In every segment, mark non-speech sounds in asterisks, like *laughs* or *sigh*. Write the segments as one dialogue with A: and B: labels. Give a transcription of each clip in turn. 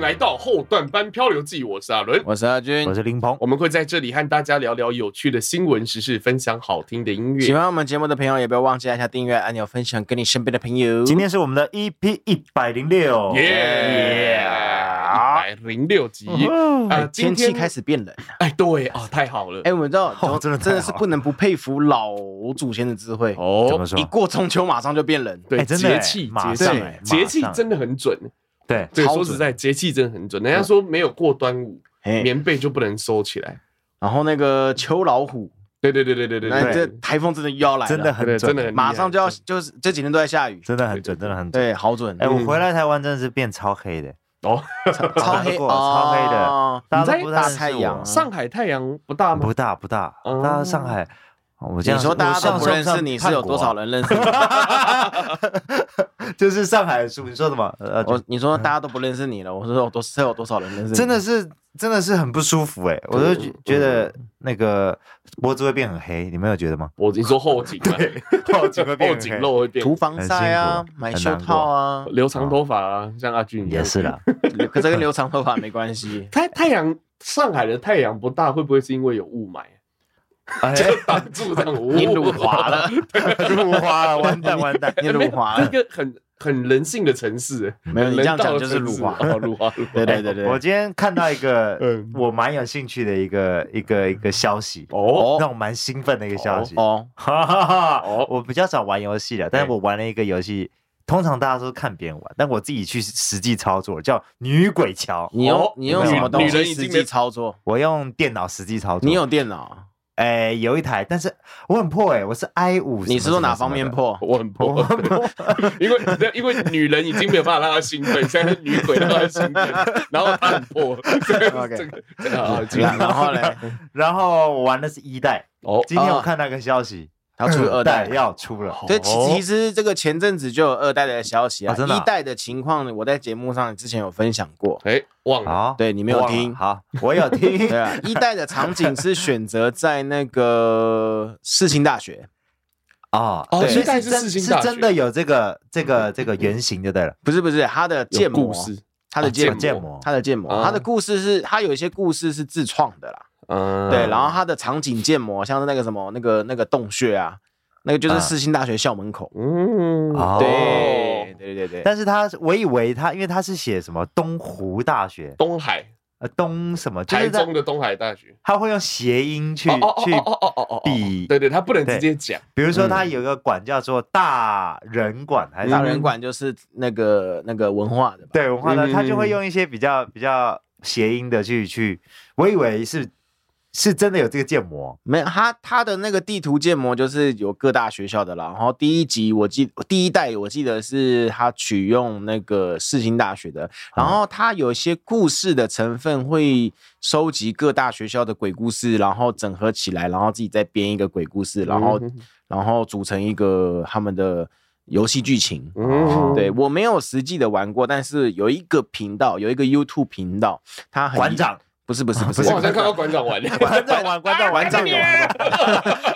A: 来到后段班漂流记，我是阿伦。
B: 我是阿军
C: 我。是林鹏，
A: 我们会在这里和大家聊聊有趣的新闻时事，分享好听的音
B: 喜
A: 乐。
B: 欢我们节目的朋友，也不要忘记按下订阅按钮，分享给你身边的朋友。
C: 今天是我们的 EP 一百零六，
A: 耶！一百零六集
C: 嗯
A: 啊，
B: 天气哎开
A: 始，
B: 始变冷，
A: 哎，对啊，太好了
B: 哎、，我们知道，
C: 哦真的太好
B: 真的是不能不佩服老祖先的智慧，
C: 怎么
A: 哦，
C: 说
B: 一？过中秋马上就变冷。
A: 对，
C: 哎真的
A: 节
C: 哎
A: 气，
C: 马
A: 节
B: 上
A: 气
B: 哎，
A: 节气
C: 马上
A: 真的很准。
C: 对，
A: 对，
B: 超
A: 说
B: 准
A: 实在，节气真的很准。人家说没有过端午，
B: 哎，
A: 棉被就不能收起来。
B: 然后那个秋老虎，
A: 对对对对对对
B: 那
A: 对，
B: 这
A: 对
B: 台风真的又要来了，
C: 真的很
A: 对
C: 准，
A: 真的很厉害
B: 马上就要，就是这几天都在下雨，
C: 真的很准，真的很准。
B: 对，好准，
C: 哎，我
A: 嗯
C: 回来台湾真的是变超黑的，
A: 哦。
B: 超黑，
C: 过超黑的
B: 哦
C: 大家
A: 你在
C: 都不
B: 大
C: 认识
B: 太
C: 我
B: 阳
A: 上海太阳不大啊吗
C: 不？大不大，
A: 哦
C: 大家上海，哦我这
B: 你
C: 样
B: 说大家都不认识你是有多少
C: 人？
B: 人
C: *laughs*
B: 认识你？
C: 啊就是上海的书，你说什么？呃，
B: 我你说大家都不认识你了，我说有多是有多少人认识你？
C: 真的是真的是很不舒服哎，我就
B: 嗯
A: 对
C: 觉得那个脖子会变很黑，你们有觉得吗？
A: 我你说后颈吗？
C: 后颈会
A: *laughs*
C: 变
A: 后
C: 黑
A: 颈肉会变
B: 涂防晒啊
C: 很辛，苦
B: 买
C: 很
B: 袖
C: 难
B: 套啊，
A: 留长头发啊，像阿
B: 嗯
A: 俊一样。
C: 也是啦。
B: *laughs* 可这跟留长头发没关系
A: *laughs* 太太阳，上海的太阳不大，会不会是因为有雾霾？
C: 哎，
A: 挡住这样雾，
B: 你辱
A: *laughs*
B: 华了，
C: 入花了，完 *laughs* 蛋完蛋！
B: 你辱华
A: 这
B: 了，
A: 个很很人性的城市，
B: 没有你这样讲就是辱华。
A: 哦，辱华，辱华
B: 对对对
C: 我
B: 对，
C: 今天看到一
B: *laughs*
C: 个
A: 嗯
C: 我蛮有兴趣的一个一个一个消息，
A: 哦，
C: 让我蛮兴奋的一个消息。
B: 哦，
C: *laughs* 哈哈哈
A: 哦！
C: 我比较少玩游戏的，但是我玩了一个游戏，通常大家都是看别人玩，但我自己去实际操作，叫《女鬼桥》。
B: 你
A: 哦
B: 用你用
C: 女
B: 什么东
A: 女人已
B: 西
A: 经
B: 实
A: 没
B: 际操作？
C: 我用电脑实际操作。
B: 你？有电脑啊？
C: 哎、有一台，但是我很破哎、我是 i 五。
B: 你是说哪方面？破？
A: 我很破， *laughs* 因为因为女人已经没有办法让她兴奋，现在是女鬼让她兴奋，然后她很破。
B: OK
A: *laughs* 这个这个好，继续
B: 然 *laughs* 然后嘞，
C: 然后我玩的是一代。
A: 哦，
C: 今天
B: 哦
C: 我看到一个消息，
B: 他出二代。
C: 要出了。
B: 对，其其实这个前阵子就有二代的消息啊，
C: 啊真的啊
B: 一代的情况我在节目上之前有分享过，
A: 哎，忘了，
C: 好，
B: 对你没有
C: 忘了
B: 听
C: 好，我有
B: *laughs*
C: 听
B: 对。啊，一代的场景是选择在那个世新大学，
C: 哦
A: 哦
C: 对
A: 所以是
C: 真
A: 世新
C: 是
A: 大学
C: 真的有这个这个这个原型就对了。
B: 不是不是，他的
A: 有
B: 建模
A: 故，事，
B: 他的建模，
C: 哦建模
B: 他的建模，
A: 啊
B: 他的故事是，他有一些故事是自创的啦，
A: 嗯，
B: 哦对，然后他的场景建模，像是那个什么那个那个洞穴啊，那个就是
C: 啊
B: 世新大学校门口，
A: 嗯，
C: 哦
B: 对对对对对，
C: 但是他，我以为他，因为他是写什么东湖大学，
A: 东海，
C: 呃，东什么，就
A: 台
C: 是他
A: 中的东海大学。
C: 他会用谐音去
A: 哦哦
C: 去
A: 哦哦哦哦哦
C: 比，
A: 对对，他不能直接讲，
C: 比如说他有一个馆叫做大人馆还是
B: 大人馆就是那个那个文化的吧，
C: 对文化呢，
A: 嗯
C: 他就会用一些比较比较谐音的去去，我以为是是真的有这个建模
B: 没有，他他的那个地图建模就是有各大学校的啦。然后第一集我记第一代我记得是他取用那个世新大学的，
C: 嗯
B: 然后他有一些故事的成分会收集各大学校的鬼故事，然后整合起来，然后自己再编一个鬼故事，然后、
C: 嗯
B: 然后组成一个他们的游戏剧情。
A: 嗯，
B: 对我没有实际的玩过，但是有一个频道，有一个 YouTube 频道，他很
C: 馆长。哦
B: 不是不是不是
A: 我好像看到馆长玩的，
C: 馆长玩，馆长
B: 馆
C: 玩，
B: 长有玩过。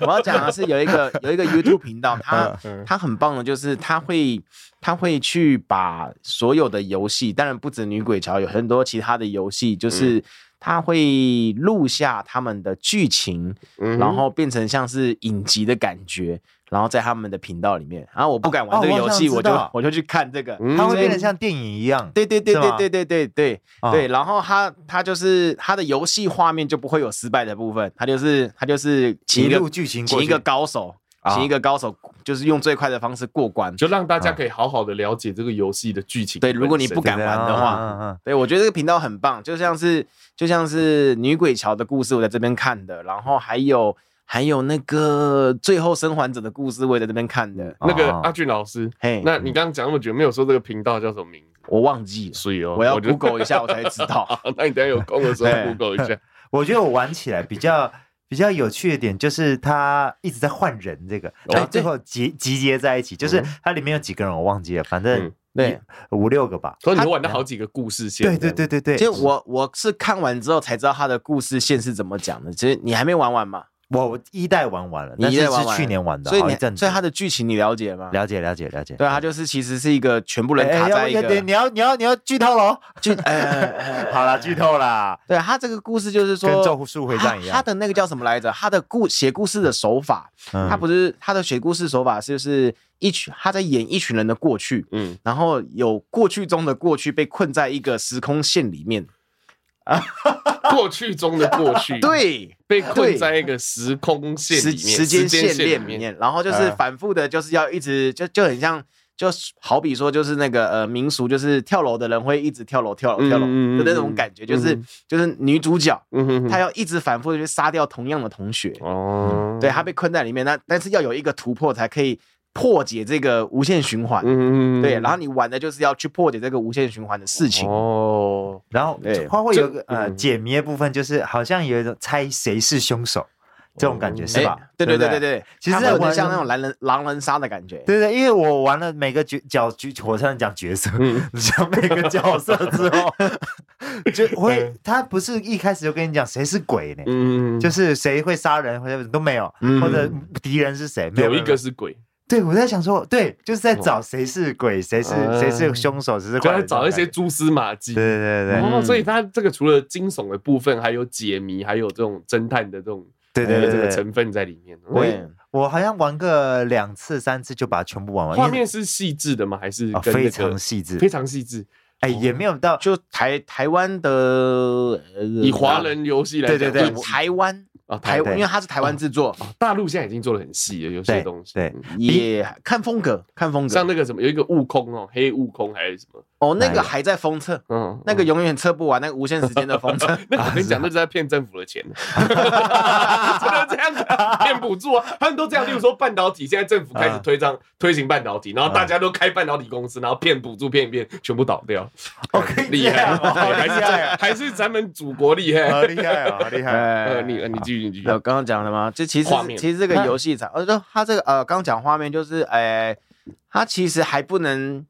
B: 我要讲的是有一个 *laughs* 有一个 YouTube 频道，它
C: 嗯
B: 它很棒的，就是它会它会去把所有的游戏，当然不止女鬼桥，有很多其他的游戏，
C: 嗯
B: 就是它会录下他们的剧情，
A: 嗯
B: 然后变成像是影集的感觉。然后在他们的频道里面，然后我不敢玩
C: 哦
B: 这个游戏，
C: 我好像
B: 我
C: 知道
B: 就我就去看这个，
A: 嗯
C: 它会变得像电影一样。
B: 对对对
C: 是
B: 对
C: 吗
B: 对对对对
C: 啊
B: 对，然后它它就是它的游戏画面就不会有失败的部分，它就是它就是请一
C: 一
B: 个
C: 路剧情过
B: 请
C: 去
B: 一个高手，
C: 啊
B: 请一个高手，就是用最快的方式过关。
A: *laughs* 就让大家可以好好的了解这个游戏的剧情。
B: 嗯对，如果你不敢玩的
C: 嗯嗯嗯
B: 话
C: 嗯，
B: 对我觉得这个频道很棒，就像是就像是女鬼桥的故事，我在这边看的，然后还有还有那个最后生还者的故事，我也在这边看的。
A: 那个
C: 哦
A: 阿俊老师，
B: 嘿，
A: 那你刚刚讲那么久，没有说这个频道叫什么名字？
B: 我忘记了，
A: 所以哦，
B: 我要
A: 就 *laughs*
B: Google 一下我才知
C: *laughs*
B: 道。
A: 那你等下有空的时候
B: 对
A: Google 一
B: *laughs*
A: 下。
C: 我觉得我玩起来比较 *laughs* 比较有趣的点就是它一直在换人，这
B: 哦
C: 个，然后最后集集结在一起，
B: 嗯
C: 就是它里面有几个人我忘记了，反正
A: 嗯
B: 对
C: 五六个吧。
A: 所以你玩了好几个故事线。
C: 对对对对对，
B: 其实我我是看完之后才知道他的故事线是怎么讲的。其实你还没玩完嘛？
C: 我一代玩完了，
B: 你
C: 但
B: 一
C: 是
B: 代玩
C: 是
B: 完
C: 去年玩的，
B: 所以
C: 好
B: 你
C: 一阵子。
B: 所以它的剧情你了解吗？
C: 了解了解了解，
B: 对啊，它就是其实是一个全部人
C: 哎
B: 卡在一
C: 要不要
B: 个
C: 你要你要你要剧透喽！
B: 剧，哎哎哎哎
C: *laughs* 好啦，剧透啦，
B: 对他这个故事就是说，
C: 跟咒术回
B: 他
C: 战一样
B: 他。的那个叫什么来着？他的故写故事的手法，
C: 嗯
B: 他不是他的写故事手法是就是一群他在演一群人的过去，
A: 嗯，
B: 然后有过去中的过去被困在一个时空线里面。
A: 过去中的过去，，
B: *laughs* 对。
A: 被困在一个时空线里
B: 时
A: 面、
B: 时间线
A: 里
B: 链里面，然后就是
C: 嗯
B: 反复的，就是要一直就就很像，就是好比说就是那个呃民俗，就是跳楼的人会一直跳楼跳楼跳楼
A: 嗯嗯嗯
B: 的那种感觉，就是
A: 嗯
B: 就是女主角
A: 嗯哼
B: 她
A: 哼，
B: 要一直反复的去杀掉同样的同学，
A: 哦，
B: 对，他被困在里面，那但是要有一个突破才可以破解这个无限循环。
A: 嗯
B: 对，然后你玩的就是要去破解这个无限循环的事情。
A: 哦，
C: 然后
B: 对
C: 它会有
A: 这
C: 个呃
A: 嗯
C: 解谜的部分，就是好像有一种猜谁是凶手这种感觉，是
B: 哎
C: 吧？
B: 对
C: 对
B: 对
C: 不
B: 对。对，
C: 其实
B: 它会有
C: 我
B: 点像那种狼人狼人杀的感觉。
C: 对对，因为我玩了每个角角角，我差点讲角色，
A: 嗯
C: 讲每个角色之
A: *laughs*
C: 后，就会他不是一开始就跟你讲谁是鬼呢？
A: 嗯，
C: 就是是谁会杀人或者都没有，
B: 嗯
C: 或者敌人是谁？没
A: 有一
C: 没
A: 个是鬼，
C: 对，我在想说，对，就是在找谁是鬼，谁是
A: 嗯
C: 谁是凶手，谁是
A: 就
C: 坏
A: 要
C: 人，
A: 找一些
C: 这种
A: 蛛丝马迹
C: 感觉。。对对对
B: 嗯
A: 哦，所以它这个除了惊悚的部分，还有解谜，还有这种侦探的这种呃
C: 对对对
A: 这个
C: 对对，
A: 成分在里面。哦
C: 我
B: 对
C: 我好像玩个两次三次就把它全部玩完，
A: 画
C: 因为
A: 面是细致的吗？还是
C: 啊
A: 跟那
C: 非
A: 个
C: 常细致
A: 非，常细致？
C: 哎，也没有到
B: 就台台湾的呃
A: 以华人游戏来
C: 对
A: 讲，
B: 就
C: 对对
B: 是
A: 就
C: 我
A: 是
B: 台湾
A: 啊，
B: 台，
A: 台哦
B: 因
C: 对哦
B: 为它是台湾制作，
A: 大陆现在已经做的很细了，有些
C: 对
A: 东西。
C: 对
A: 嗯
B: 也看风格，看风
A: 像
B: 格。
A: 那个什么，有一个悟空哦，黑悟空还是什么？
B: 哦，那
C: 哪一
B: 个
C: 个哦
B: 还在封测，
A: 嗯，
B: 那个永远测不完，那个无限时间的
A: *laughs*
B: 封测。
A: 那我跟你讲，那是在骗 *laughs* 政府的钱，真的这样子骗补助啊！他们都这样，例如说半导体，现在政府开始推 *laughs* 张推行半导体，然后大家都开半导体公司，然后骗补助骗一骗，全部倒掉，
C: OK，
A: *laughs* *laughs* 厉害，
C: 好
A: 对还
C: 厉
A: 是
C: 害
A: 这
C: 啊，
A: 还是咱们祖国厉
C: 好
A: *laughs* 害。
C: 厉害啊，好厉害啊！
A: 呃，
B: 呃
A: 你呃你继续你继续 *laughs*
B: 我，刚刚讲了吗？就其实
A: 画面嗯
B: 其实这个游戏场，呃，就它这个呃，刚讲画面就是，呃，它其实还不能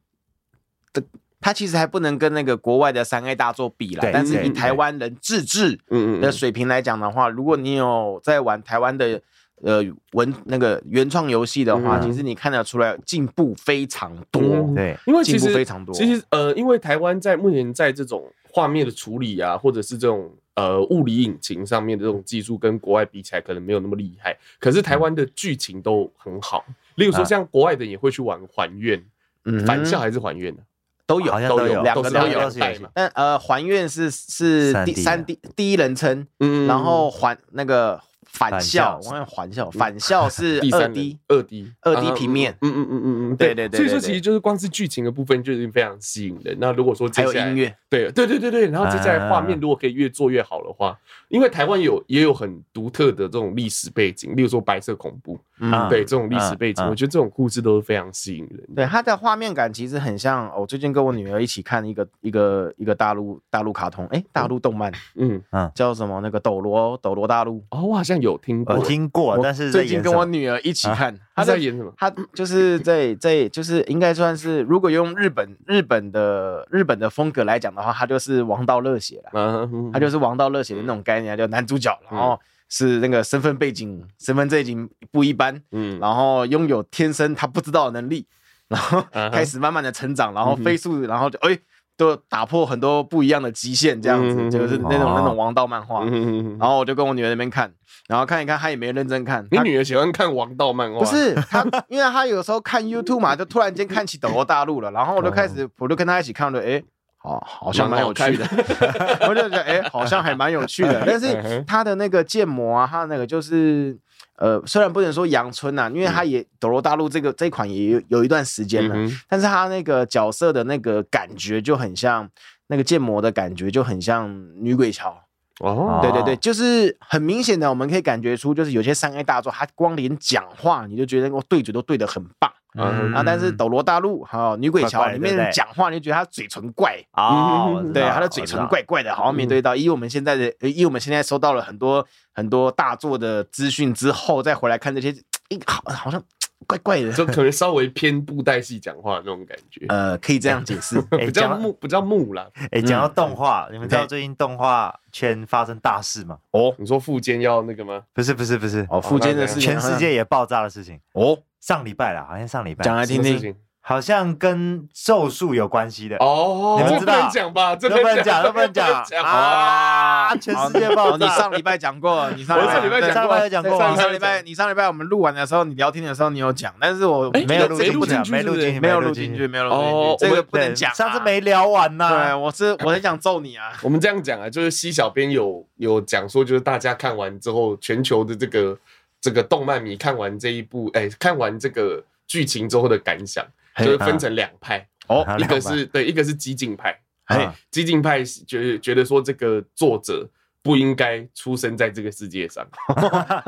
B: 的，它其实还不能跟那个国外的三 A 大作比啦
C: 对。
B: 但是以
A: 对
B: 台湾人自制
A: 嗯嗯
B: 的水平来讲的话，如果你有在玩台湾的呃文那个原创游戏的话，
A: 嗯
B: 其实你看得出来进步非常多
A: 嗯。
C: 对，
A: 因为其
B: 进步
A: 实
B: 非常多
A: 其实呃，因为台湾在目前在这种画面的处理啊，或者是这种呃物理引擎上面的这种技术，跟国外比起来可能没有那么厉害。可是台湾的剧情都很好，例如说
C: 啊
A: 像国外的也会去玩还愿，
B: 嗯哼
A: 返校还是还愿呢？
B: 都有
C: 好像
A: 都
C: 都有
B: 两
A: 都
B: 个
A: 是
B: 都有
A: 两代嘛。
B: 但呃，还愿是是第
C: 三
A: 啊
C: D 的
B: 三 D 第一人称，
A: 嗯
B: 然后还那个返
C: 返
B: 校
C: 校，
B: 我看返校，返校
A: *laughs*
B: 是
A: 第
B: 二
A: 三
B: D，
A: 二 D
B: 二 D 平面
A: 嗯嗯嗯嗯嗯，
B: 对对对
A: 所以说
B: 对对
A: 其实就是光是剧情的部分就已经非常吸引人。那如果说
B: 还
A: 接
B: 有
A: 下来
B: 音乐，
A: 对对对对对，然后接下来画面
C: 啊
A: 如果可以越做越好的话，因为台湾有也有很独特的这种历史背景，例如说白色恐怖，
B: 嗯，
C: 啊
A: 对这种历史背景，
C: 啊啊
A: 我觉得这种故事都是非常吸引人的。
B: 对，啊它的画面感其实很像。哦我最近跟我女儿一起看一个一个一个大陆大陆卡通，哎，大陆动漫
A: 嗯，
B: 叫什么？那个斗罗斗罗大陆，
A: 哦，我好像有听过
C: 我，听过，
B: 我
C: 哦但是在
B: 最近
C: 演
B: 跟
C: 什
B: 我
C: 么
B: 女儿一起看，
A: 他
B: 她
A: 在
B: 在
A: 演什么？
B: 它就是在在就是应该算是，如果用日本日本的日本的风格来讲的话，它就是王道热血啦，
A: 嗯，
B: 它就是王道热血的那种概念，就男主角，然后是那个身份背景身份背景不一般，
A: 嗯，
B: 然后拥有天生他不知道的能力，然后
A: 嗯哼
B: 开始慢慢的成长，然后
A: 嗯哼
B: 飞速，然后就哎就打破很多不一样的极限，这样
A: 嗯
B: 子
A: 哼
B: 就是那种
C: 哦
B: 那种王道漫画。
A: 嗯，
B: 然后我就跟我女儿那边看，然后看一看，她也没认真看，
A: 你
B: 她
A: 女儿喜欢看王道漫画？嗯
B: 不，是他，因为他有时候
A: *laughs*
B: 看 YouTube 嘛，就突然间看起《斗罗大陆》了，然后我就开
A: 哦
B: 始，我就跟他一起看了，诶，好，好像蛮有趣的， *laughs* 我就觉得，诶，好像还蛮有趣
A: *laughs*
B: 的。但
A: 嗯
B: 是
A: 哼
B: 他的那个建模啊，他那个就是，呃，虽然不能说阳春呐、啊，因为他也《斗罗大陆》这个这一款也有有一段时间了，
A: 嗯哼
B: 但是他那个角色的那个感觉就很像那个建模的感觉就很像女鬼桥。
A: 哦，
B: 对对对，
C: 哦
B: 就是很明显的，我们可以感觉出，就是有些三 A 大作，它光连讲话你就觉得我哦对嘴都对得很棒、
A: 嗯
B: 啊。但是《斗罗大陆》还有《女鬼桥
C: 怪》怪的
B: 里面
C: 对不对
B: 讲话，你就觉得他嘴唇怪，
A: 嗯
C: 哦，我知
B: 对，
C: 道
B: 他的
C: 我
B: 嘴
C: 知
B: 唇
C: 道
B: 怪怪的，
C: 嗯
B: 好像面对到。以我们现在的，呃以我们现在收到了很多很多大作的资讯之后，再回来看这些，嘖一好好像嘖怪怪的，
A: 就可能稍微偏布袋戏讲话那种感觉，
B: 呃，可以这样解
C: *laughs*
B: 释。
C: 哎
A: *laughs* 比较
C: 讲到
A: 木，比较木啦。
C: 哎，讲到动画，你们知道
B: 对
C: 最近动画圈发生大事吗？
B: 哦
A: 你说富坚要那个吗？
C: 不是不是不是，
B: 哦，附件的事情
C: 全世界也爆炸的事情。
B: 哦，
C: 上礼拜啦，好像上礼拜
B: 讲来
A: 什
B: 听
A: 么事
B: 听。
A: 情？
C: 好像跟咒术有关系的，
A: 哦，
C: 你们
A: 这
C: 知
A: 不
C: 道
A: 能讲吧？这
C: 都不能讲，
A: 讲，
C: 都不能
A: 这 *laughs*
C: 讲
A: 不能啊！
C: 啊！全世界爆
B: 哦，你
C: 炸。
B: 上礼拜讲过，你上
A: 我
B: 礼
A: 上礼
B: 拜。
A: 拜
C: 啊对
A: 讲
C: 上礼
A: 过
C: 拜讲过
B: 你
A: 上
C: 啊，
B: 上礼拜，你上礼拜我们录完的时候，你聊天的时候，你有讲，但是我
A: 哎
B: 没有录
A: 谁
C: 进
B: 进
A: 录
B: 去，
C: 去
A: 进
C: 啊
A: 去
C: 没
A: 是不
C: 录
A: 是
C: 进去，
B: 没有
C: 录
B: 录进去，。没有
A: 哦
B: 录进去，这
A: 我
B: 个不能
C: 对
B: 讲啊。
C: 上次没聊完
A: 啊
B: 对，
C: 呐。
B: 我是我很想揍你啊！
A: 我们这样讲啊，就是西小编有有讲说，就是大家看完之后，全球的这个这个动漫迷看完这一部，哎，看完这个剧情之后的感想，
B: 嘿
A: 就是分成两派，
B: 哦
C: 啊
A: 一个
C: 两啊派
A: 是对，一个是激进派，
B: 哎，
A: 激进派觉得觉得说这个作者不应该出生在这个世界
C: *laughs*
A: 上，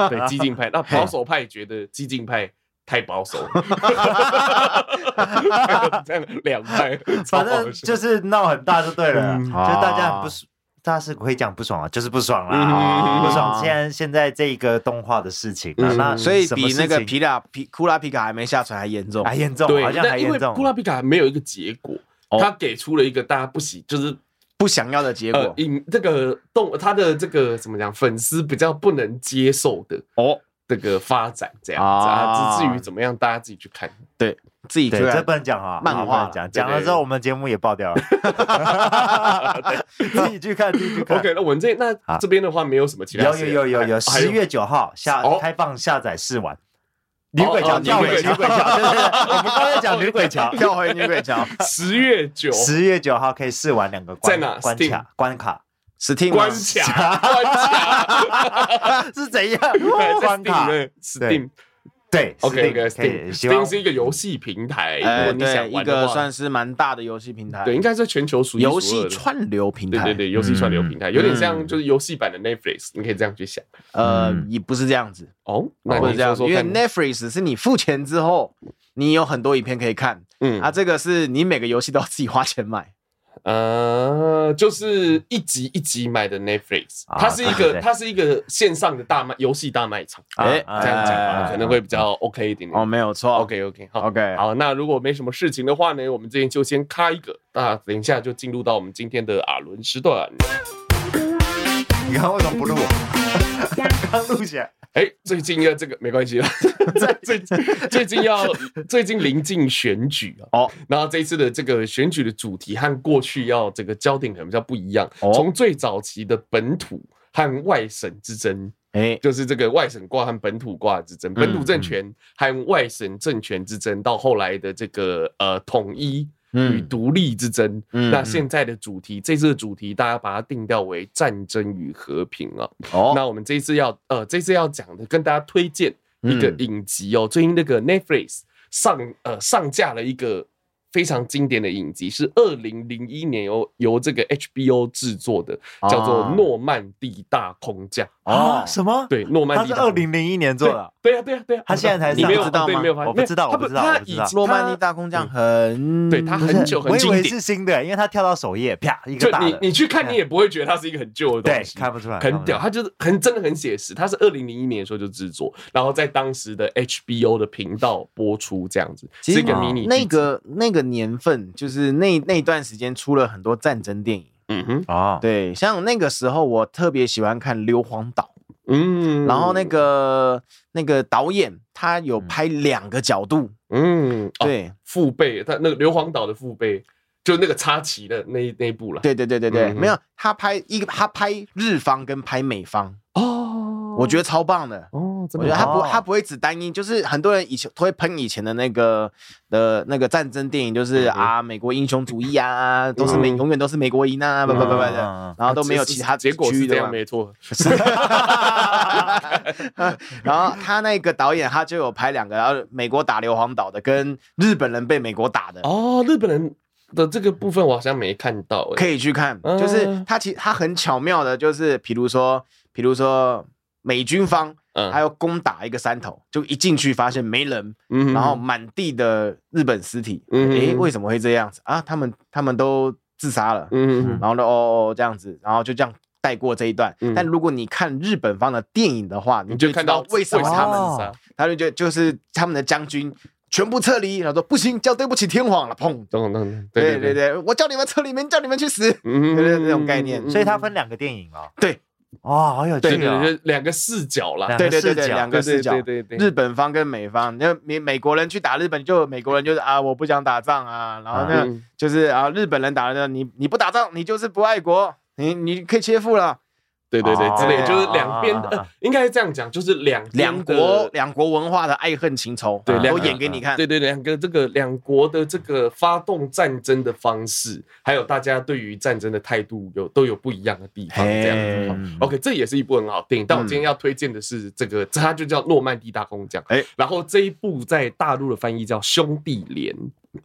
A: 对激进派。那保守派觉得激进派太保守， *laughs* 这样两
C: *laughs*
A: 派，
C: 反正就是闹很大就对了啦，
A: 嗯
C: 就是大家很不爽，大家是可以讲不爽啊，就是不爽
A: 嗯
C: 啦，不爽。现在现在这一个动画的事情啊，
A: 嗯
C: 那
B: 所以
C: 什么
B: 比那
C: 事
B: 个
C: 情
B: 皮拉皮库拉皮卡还没下船还严重。
A: 哎
C: 还严重，
A: 对，
C: 好像
A: 那
C: 还
A: 因
C: 严
A: 为
C: 重啊
A: 库。拉皮卡没有一个结果，
B: 哦
A: 他给出了一个大家不喜，就是
B: 不想要的结
A: 呃
B: 果，
A: 影这个动他的这个怎么讲，粉丝比较不能接受的
B: 哦，
A: 这个发展这样子啊。
B: 啊
A: 至至于怎么样，大家自己去看。
B: 对自己
C: 对，
B: 出来
C: 这不能讲啊，
B: 漫画
C: 不能讲讲了之
A: 对
C: 后，
A: 对
C: 我们节目也爆掉
A: *laughs*
C: 了。自己去看，自己去看。
A: OK，那我们这那
C: 好
A: 这边的话没有什么其他
C: 有
A: 事
C: 有
A: 了
C: 有有有，
A: 还还
C: 十月九号下
A: 哦
C: 开放下载试玩。女鬼桥，
A: 哦
C: 跳回
A: 女鬼
C: 女
A: 桥
C: 鬼
A: *laughs*
C: 桥，对对对，我们刚才讲女鬼桥。
B: 跳回女鬼桥
A: 十月九
C: *laughs* 十月九号可以试玩两个关
A: 在哪
C: 关
A: Steam？
C: 卡
A: *laughs*
C: 关卡 *laughs*
B: ，Steam
A: 关
B: 吗
A: 卡关卡，
C: 是
A: *laughs*
C: 怎样？关
A: 关
C: 卡
A: 卡 Steam
C: 对
A: OK
C: Steam，
A: OK
C: 可以
A: Steam
C: 希望
A: Steam 是一个游戏平台，如
B: 呃，
A: 果你
B: 对，
A: 想
B: 一
A: 玩的
B: 个
A: 话，
B: 算是蛮大的游戏平台，
A: 对，应该是全球数一数二的
B: 游戏。串流平
A: 对
B: 台，
A: 对对，游戏串流平台有点像
B: 嗯
A: 就是游戏版的 Netflix，你可以这样去想
B: 呃
C: 嗯，
B: 也不是这样子，
A: 哦。那
B: 不
A: 你
B: 是这样
A: 说
B: 子，
A: 说
B: 因为
A: 看，
B: Netflix 是你付钱之后，你有很多影片可以看，
A: 嗯
B: 啊，这个是你每个游戏都要自己花钱买，
A: 呃，就是一集一集买的 Netflix，
C: 啊
A: 它是一
C: 对对
A: 个
C: 对
A: 它是一个线上的大卖游戏大卖场，
C: 啊
B: 哎，
C: 啊
A: 这样讲吧
B: 哎
A: 可能会比较 OK 一点点
B: 哦，。没有错
A: 嗯 OK OK 好
B: OK
A: 好，那如果没什么事情的话呢，我们这边就先咔一个，那等一下就进入到我们今天的阿伦时段。
C: 你刚刚为什么不录？ *laughs* 刚录起来，
A: 哎，最近要这个没关
B: *laughs*
A: 系了，最最近要最近临近选举啊，
B: 哦，
A: 然后这一次的这个选举的主题和过去要这个焦点可能比较不一样，
B: 哦
A: 从最早期的本土和外省之争。
B: 哎，
A: 就是这个外省挂和本土挂之争，
B: 嗯
A: 本土政权和外省政权之争，到后来的这个呃统一与
B: 嗯
A: 独立之争。
B: 嗯
A: 那现在的主题，这次的主题大家把它定调为战争与和平啊。
B: 哦，
A: 那我们这一次要呃，这次要讲的，跟大家推荐一个
B: 嗯
A: 影集哦，最近那个 Netflix 上呃上架了一个非常经典的影集，是二零零一年由由这个 HBO 制作的，叫做
B: 啊
A: 《诺曼底大空降》。
B: 哦
C: 啊？什么？
A: 对，诺曼
C: 他
A: 底
C: 是
A: 大空
C: 二
A: 降
C: 零零一年做的啊。
A: 对呀，对呀，对呀，
C: 他现在才
A: 你没有
B: 上知道
A: 对
B: 吗
A: 没有发现
C: 我不知道
A: 没有
C: 我不知道
A: 他
C: 我不知道
A: 他
B: 诺曼底大空降很，
A: 嗯对他
C: 不是
A: 很久很
C: 我以
A: 经
C: 为
A: 典
C: 是新的，因为他跳到首页，啪一个
A: 就
C: 大
A: 你
C: 的，
A: 你去看，你也不会觉得它是一个很旧的
C: 对
A: 东，西。
C: 看不出来，看
A: 很
C: 不出
A: 屌，
C: 来。
A: 它就是很真的很写实。它是二零零一年的时候就制作，然后在当时的 HBO 的频道播出，这样子
B: 其
A: 是
B: 实哦
A: 一个
C: 嘛
A: 迷你
B: 那
A: 剧集，
B: 个那个年份，就是那那段时间出了很多战争电影。
A: 嗯哼，
C: 哦，
B: 对，像那个时候我特别喜欢看《硫磺岛》，
A: 嗯，
B: 然后那个那个导演他有拍两个角度，
A: 嗯，哦
B: 对
A: 父辈，他那个硫磺岛的父辈，就那个插旗的那一那一部了。
B: 对对对对对，
A: 嗯
B: 没有他拍一个他拍日方跟拍美方，
A: 哦
B: 我觉得超棒的。
A: 哦，真
B: 我
A: 的
B: 觉得
A: 吗
B: 他不
C: 哦
B: 他不会只单一，就是很多人以前都会喷以前的那个的那个战争电影，就是
A: 嗯哼
B: 啊美国英雄主义啊，都是美
A: 嗯
B: 永远都是美国赢啊，不不不不
C: 嗯嗯
B: 的
C: 嗯，
B: 然后都没有
A: 啊其实
B: 其他
A: 结果
B: 区
A: 是
B: 域
A: 这
B: 的
A: 样，
B: 嘛
A: 没错。
B: *laughs*
A: *laughs*
B: 然后他那个导演他就有拍两个，然后美国打硫磺岛的，跟日本人被美国打的，
A: 哦，日本人的这个部分我好像没看到、欸，
B: 可以去看。
A: 嗯
B: 就是他其他很巧妙的，就是比如说，比如说美军方
A: 嗯
B: 他要攻打一个山头，就一进去发现没人，
A: 嗯
B: 然后满地的日本尸体，
A: 嗯
B: 诶，为什么会这样子啊？他们他们都自杀了，
A: 嗯
B: 哦然后呢，哦哦这样子，然后就这样带过这一段。
A: 嗯
B: 但如果你看日本方的电影的话，
A: 你
B: 你
A: 就
B: 会
A: 看
B: 知道
A: 到
B: 为什么他们
C: 哦
A: 自杀
B: 他们就就是他们的将军全部撤离，然后说不行，叫对不起天皇了，砰！
A: 懂懂懂，
B: 对
A: 对
B: 对，对，我叫你们撤离，没叫你们去死。
A: 嗯
B: 对对对那种概念
C: 所以它分两个电影哦。
B: 对，
C: 哦，好有
A: 对
C: 趣
A: 对
C: 哦。
A: 对，就两个视角啦，
B: 对对对对，
C: 视角
B: 两个视角，
A: 对对对对对
B: 日本方跟美方，那美美国人去打日本，就美国人就是啊，我不想打仗啊，然后那
A: 嗯
B: 就是啊，日本人打了你你不打仗，你就是不爱国，你你可以切腹了。
A: 对对对，
C: 哦
A: 之类就是两边
C: 啊啊啊
A: 呃应该是这样讲，就是两边
B: 两
A: 的
B: 国两国文化的爱恨情仇，
A: 对
B: 啊
A: 两
B: 都演给你看。
A: 对对，两个这个两国的这个发动战争的方式，还有大家对于战争的态度有都有不一样的地方，
B: 嘿嗯
A: 这样子哈。OK，这也是一部很好电影，但我今天要推荐的是这个，它就叫《诺曼底大空降》。
B: 哎
A: 然后这一部在大陆的翻译叫《兄弟连》，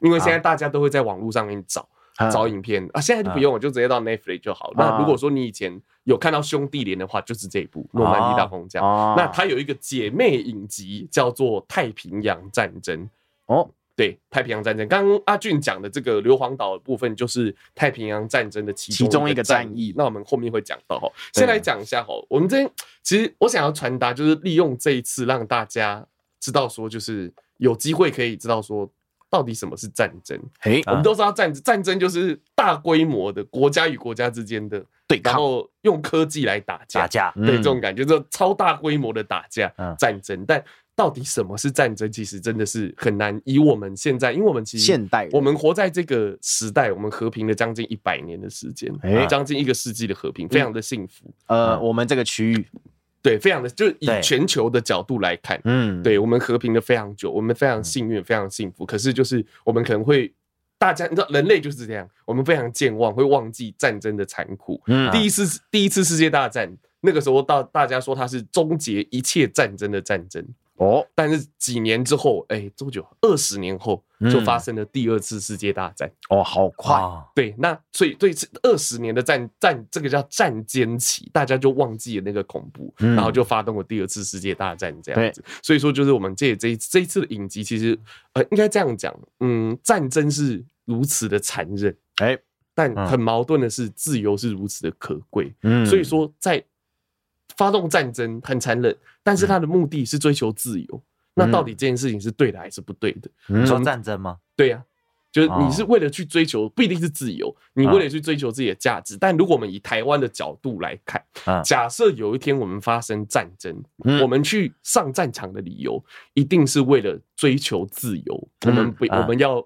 A: 因为现在大家都会在网络上面找。
B: 啊
A: 找影片啊，现在就不用，我就直接到 Netflix 就好。那如果说你以前有看到兄弟连的话，就是这一部《诺曼底大空降》。
B: 哦
A: 那它有一个姐妹影集叫做《太平洋战争》。
B: 哦，
A: 对，太平洋战争。刚刚阿俊讲的这个硫磺岛的部分，就是太平洋战争的其
B: 其中一个
A: 战
B: 战
A: 役。那我们后面会讲到哈。先来讲一下哈，我们这边其实我想要传达就是利用这一次让大家知道说，就是有机会可以知道说到底什么是战争。
B: 嘿啊
A: 我们都知道战战争就是大规模的国家与国家之间的
B: 对
A: 然
B: 抗
A: 后用科技来打架，
C: 打架，
A: 对
B: 嗯
A: 这种感觉，这种超大规模的打架、
C: 嗯
A: 战争。但到底什么是战争，其实真的是很难以我们现在，因为我们其实
B: 现代人
A: 我们活在这个时代，我们和平了将近一百年的时间
B: 哎，嗯
A: 将、近一个世纪的和平，非常的幸福。
B: 呃，
C: 嗯
B: 我们这个区域，
A: 对，非常的，就是以
C: 对
A: 全球的角度来看，
B: 嗯，
A: 对我们和平的非常久，我们非常幸运，非常幸福。可是就是我们可能会，大家你知道，人类就是这样，我们非常健忘，会忘记战争的残酷。
B: 嗯，
A: 第一次第一次世界大战那个时候，大大家说它是终结一切战争的战争，
B: 哦，
A: 但是几年之后，哎，多久？二十年后
B: 嗯
A: 就发生了第二次世界大战。
B: 哦，好快，
C: 哦
A: 对，那所以对这二十年的战战，这个叫战间期，大家就忘记了那个恐怖，
B: 嗯
A: 然后就发动了第二次世界大战这样子。所以说，就是我们这这一这一次的影集，其实呃，应该这样讲，嗯，战争是如此的残忍，
B: 哎，
A: 但
C: 嗯
A: 很矛盾的是，自由是如此的可贵。
B: 嗯，
A: 所以说，在发动战争很残忍，但是它的目的是追求自由。那到底这件事情是对的还是不对的？
C: 你
B: 嗯
C: 说战争吗？
A: 对呀、就是
C: 哦
A: 你是为了去追求，不一定是自由，你为了去追求自己的价值。但如果我们以台湾的角度来看，
C: 嗯
A: 假设有一天我们发生战争，
B: 嗯
A: 我们去上战场的理由一定是为了追求自由，我们不，
C: 啊
A: 我们要。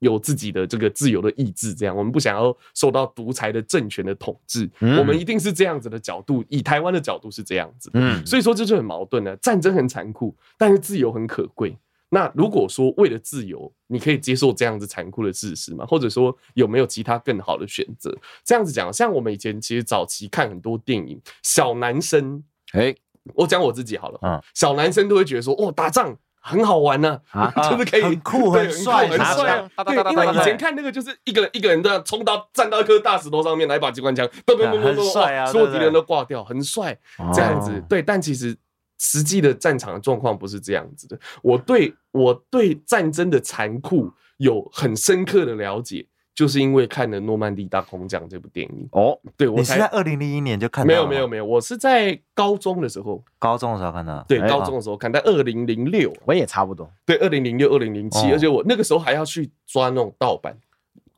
A: 有自己的这个自由的意志，这样我们不想要受到独裁的政权的统治，
B: 嗯
A: 我们一定是这样子的角度，以台湾的角度是这样子的。
B: 嗯，
A: 所以说这就很矛盾了。战争很残酷，但是自由很可贵。那如果说为了自由，你可以接受这样子残酷的事实吗？或者说有没有其他更好的选择？这样子讲，像我们以前其实早期看很多电影，小男生，
B: 哎，
A: 我讲我自己好了，
C: 嗯
A: 小男生都会觉得说，哦，打仗。很好玩呐、
B: 啊
A: *laughs* 就是可以
C: 很酷
A: 对
C: 很帅
A: 很
C: 拿
A: 帅
C: 枪
A: 啊。对，因为以前看那个就是一个人一个人这样冲到站到一颗大石头上面，来一把机关枪，嘣嘣嘣嘣
C: 很
A: 嘣，
C: 帅啊
A: 哇所有
C: 对不
A: 敌
C: 对
A: 人都挂掉，很帅。这样子
C: 哦。
A: 对，但其实实际的战场的状况不是这样子的。我对我对战争的残酷有很深刻的了解，就是因为看了《诺曼底大空降》这部电影。
B: 哦，
A: 对我
C: 你是在
A: 才
C: 二零零一年就看到
A: 没
C: 了
A: 有
C: 吗
A: 没有，没有，我是在高中的时候，
C: 高中的时候看到。
A: 对
B: 哎
A: 高中的时候看，在二零零六，啊
B: 我也差不多，
A: 对二零零六二零零七，
C: 哦
A: 而且我那个时候还要去抓那种盗版。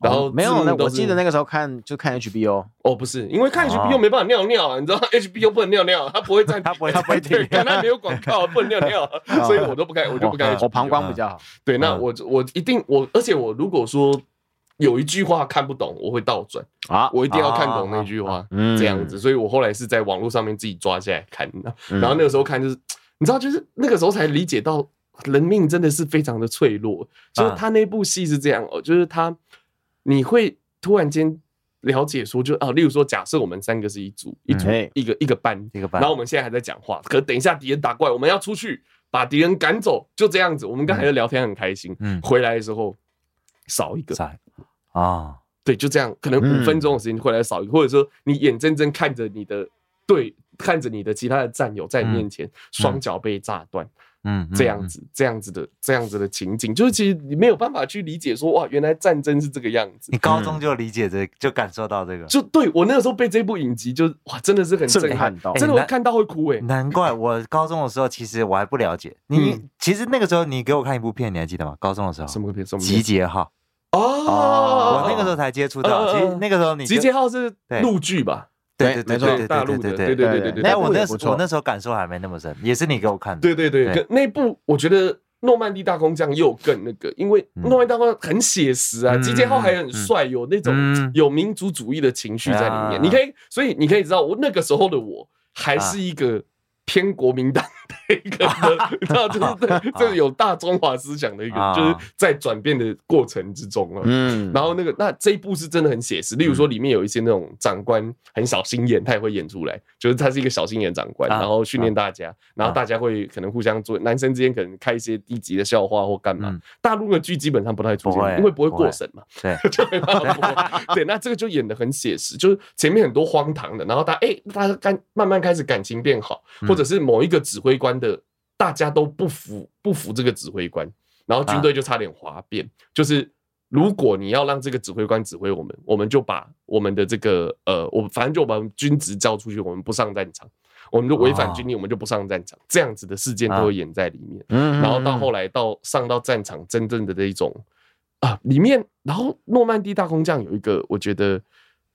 A: 然后
B: 哦没有，
A: 字
B: 那
A: 幕都
B: 我
A: 是
B: 记得那个时候看就看 HBO，
A: 哦，不是，因为看 HBO
C: 哦
A: 没办法尿尿啊，你知道 HBO 不能尿尿，它不会
C: *laughs*
A: 在，
C: 它不会它不会
A: 对，
C: 停
A: 但它没有广告，不能尿尿， *laughs* 所以我都不看，我就不看
B: 我
A: HBO。
B: 我哦膀胱比较好，
A: 对，那
C: 哦嗯
A: 我就我一定我，而且我如果说有一句话看不懂，我会倒转，
B: 啊，
A: 我一定要看懂那句
C: 啊
A: 话，
B: 嗯
A: 这样子。所以我后来是在网络上面自己抓下来看，
B: 嗯
A: 然后那个时候看就是，你知道，就是那个时候才理解到人命真的是非常的脆弱。就是他那部戏是这样哦，就是他你会突然间了解说，就啊，例如说，假设我们三个是一组，一组
B: 嗯
A: 一个一个班，
C: 这个版
A: 然后我们现在还在讲话，可等一下敌人打过来，我们要出去把敌人赶走，就这样子。我们刚才聊天很开心，
C: 嗯
A: 回来的时候少一个，
C: 在啊，
A: 对，就这样，可能
B: 嗯
A: 五分钟的时间回来少一个，或者说你眼睁睁看着你的对，看着你的其他的战友在你面前双脚被炸断，
C: 嗯
A: 这样，子、这样子的、这样子的情景，就是其实你没有办法去理解说，哇，原来战争是这个样子
C: 嗯你。高
A: 嗯
C: 中就理解这，就感受到这个，
A: 就对我那个时候被这部影集就，哇，真的是很震
B: 震
A: 撼
B: 撼到
A: 真的我
C: 哎那
A: 看到会哭哎、
C: 难怪我高中的时候，其实我还不了解你。其实那个时候，你给我看一部片，你还记得吗？高中的时候，
A: 嗯什么片？什么啊片
C: 集结号，
A: 哦，
C: 我那个时候才接触到。
A: 嗯嗯嗯
C: 其实那个时候你就
A: 集结号是
C: 对
A: 陆剧吧？
C: 对对
B: 没
C: 对
B: 错
C: 对
A: 大
C: 对
A: 陆的
C: 对
A: 对对
C: 对。
A: 对
C: 但我那
B: 不
C: 时
B: 错
C: 我那时候感受还没那么深，也是你给我看的。
A: 对对对，
C: 对
A: 跟那部我觉得《诺曼底大空降》又更那个，因为《
C: 嗯
A: 诺曼底大空降》很写实啊，
C: 嗯
A: 集结号还很帅，有那种
C: 嗯
A: 有民族主义的情绪在里
C: 啊
A: 面。你可以，所以你可以知道，我那个时候的我还是一个。偏国民党的一
C: *laughs*
A: 个人，你知道，就是这这有大中华思想的一个，
C: 啊
A: 就是在转变的过程之中啊了。
B: 嗯，
A: 然后那个那这一部是真的很写
C: 嗯
A: 实，例如说里面有一些那种长官很小心眼，他也会演出来，就是他是一个小心眼长官，
C: 啊
A: 然后训练大家，然后大家会可能互相做，男生之间可能开一些低级的笑话或干嘛
C: 嗯。
A: 大陆的剧基本上不太出
C: 不会
A: 现，因为不会
C: 不
A: 过
C: 会
A: 审嘛，
C: 对，
A: 就没办法播。对，那这个就演的很写实，就是前面很多荒唐的，然后大哎、大家感慢慢开始感情变好，
C: 嗯
A: 或者是某一个指挥官的大家都不服不服这个指挥官，然后军队就差点哗变，就是。如果你要让这个指挥官指挥我们，我们就把我们的这个呃，我们反正就把我们军职交出去，我们不上战场，我们就违反军令，我们就不上战场，这样子的事件都会演在里面。
B: 嗯，
A: 然后到
B: 来，
A: 后来到上到战场，真正的这一种啊，里面，然后诺曼底大空降有一个我觉得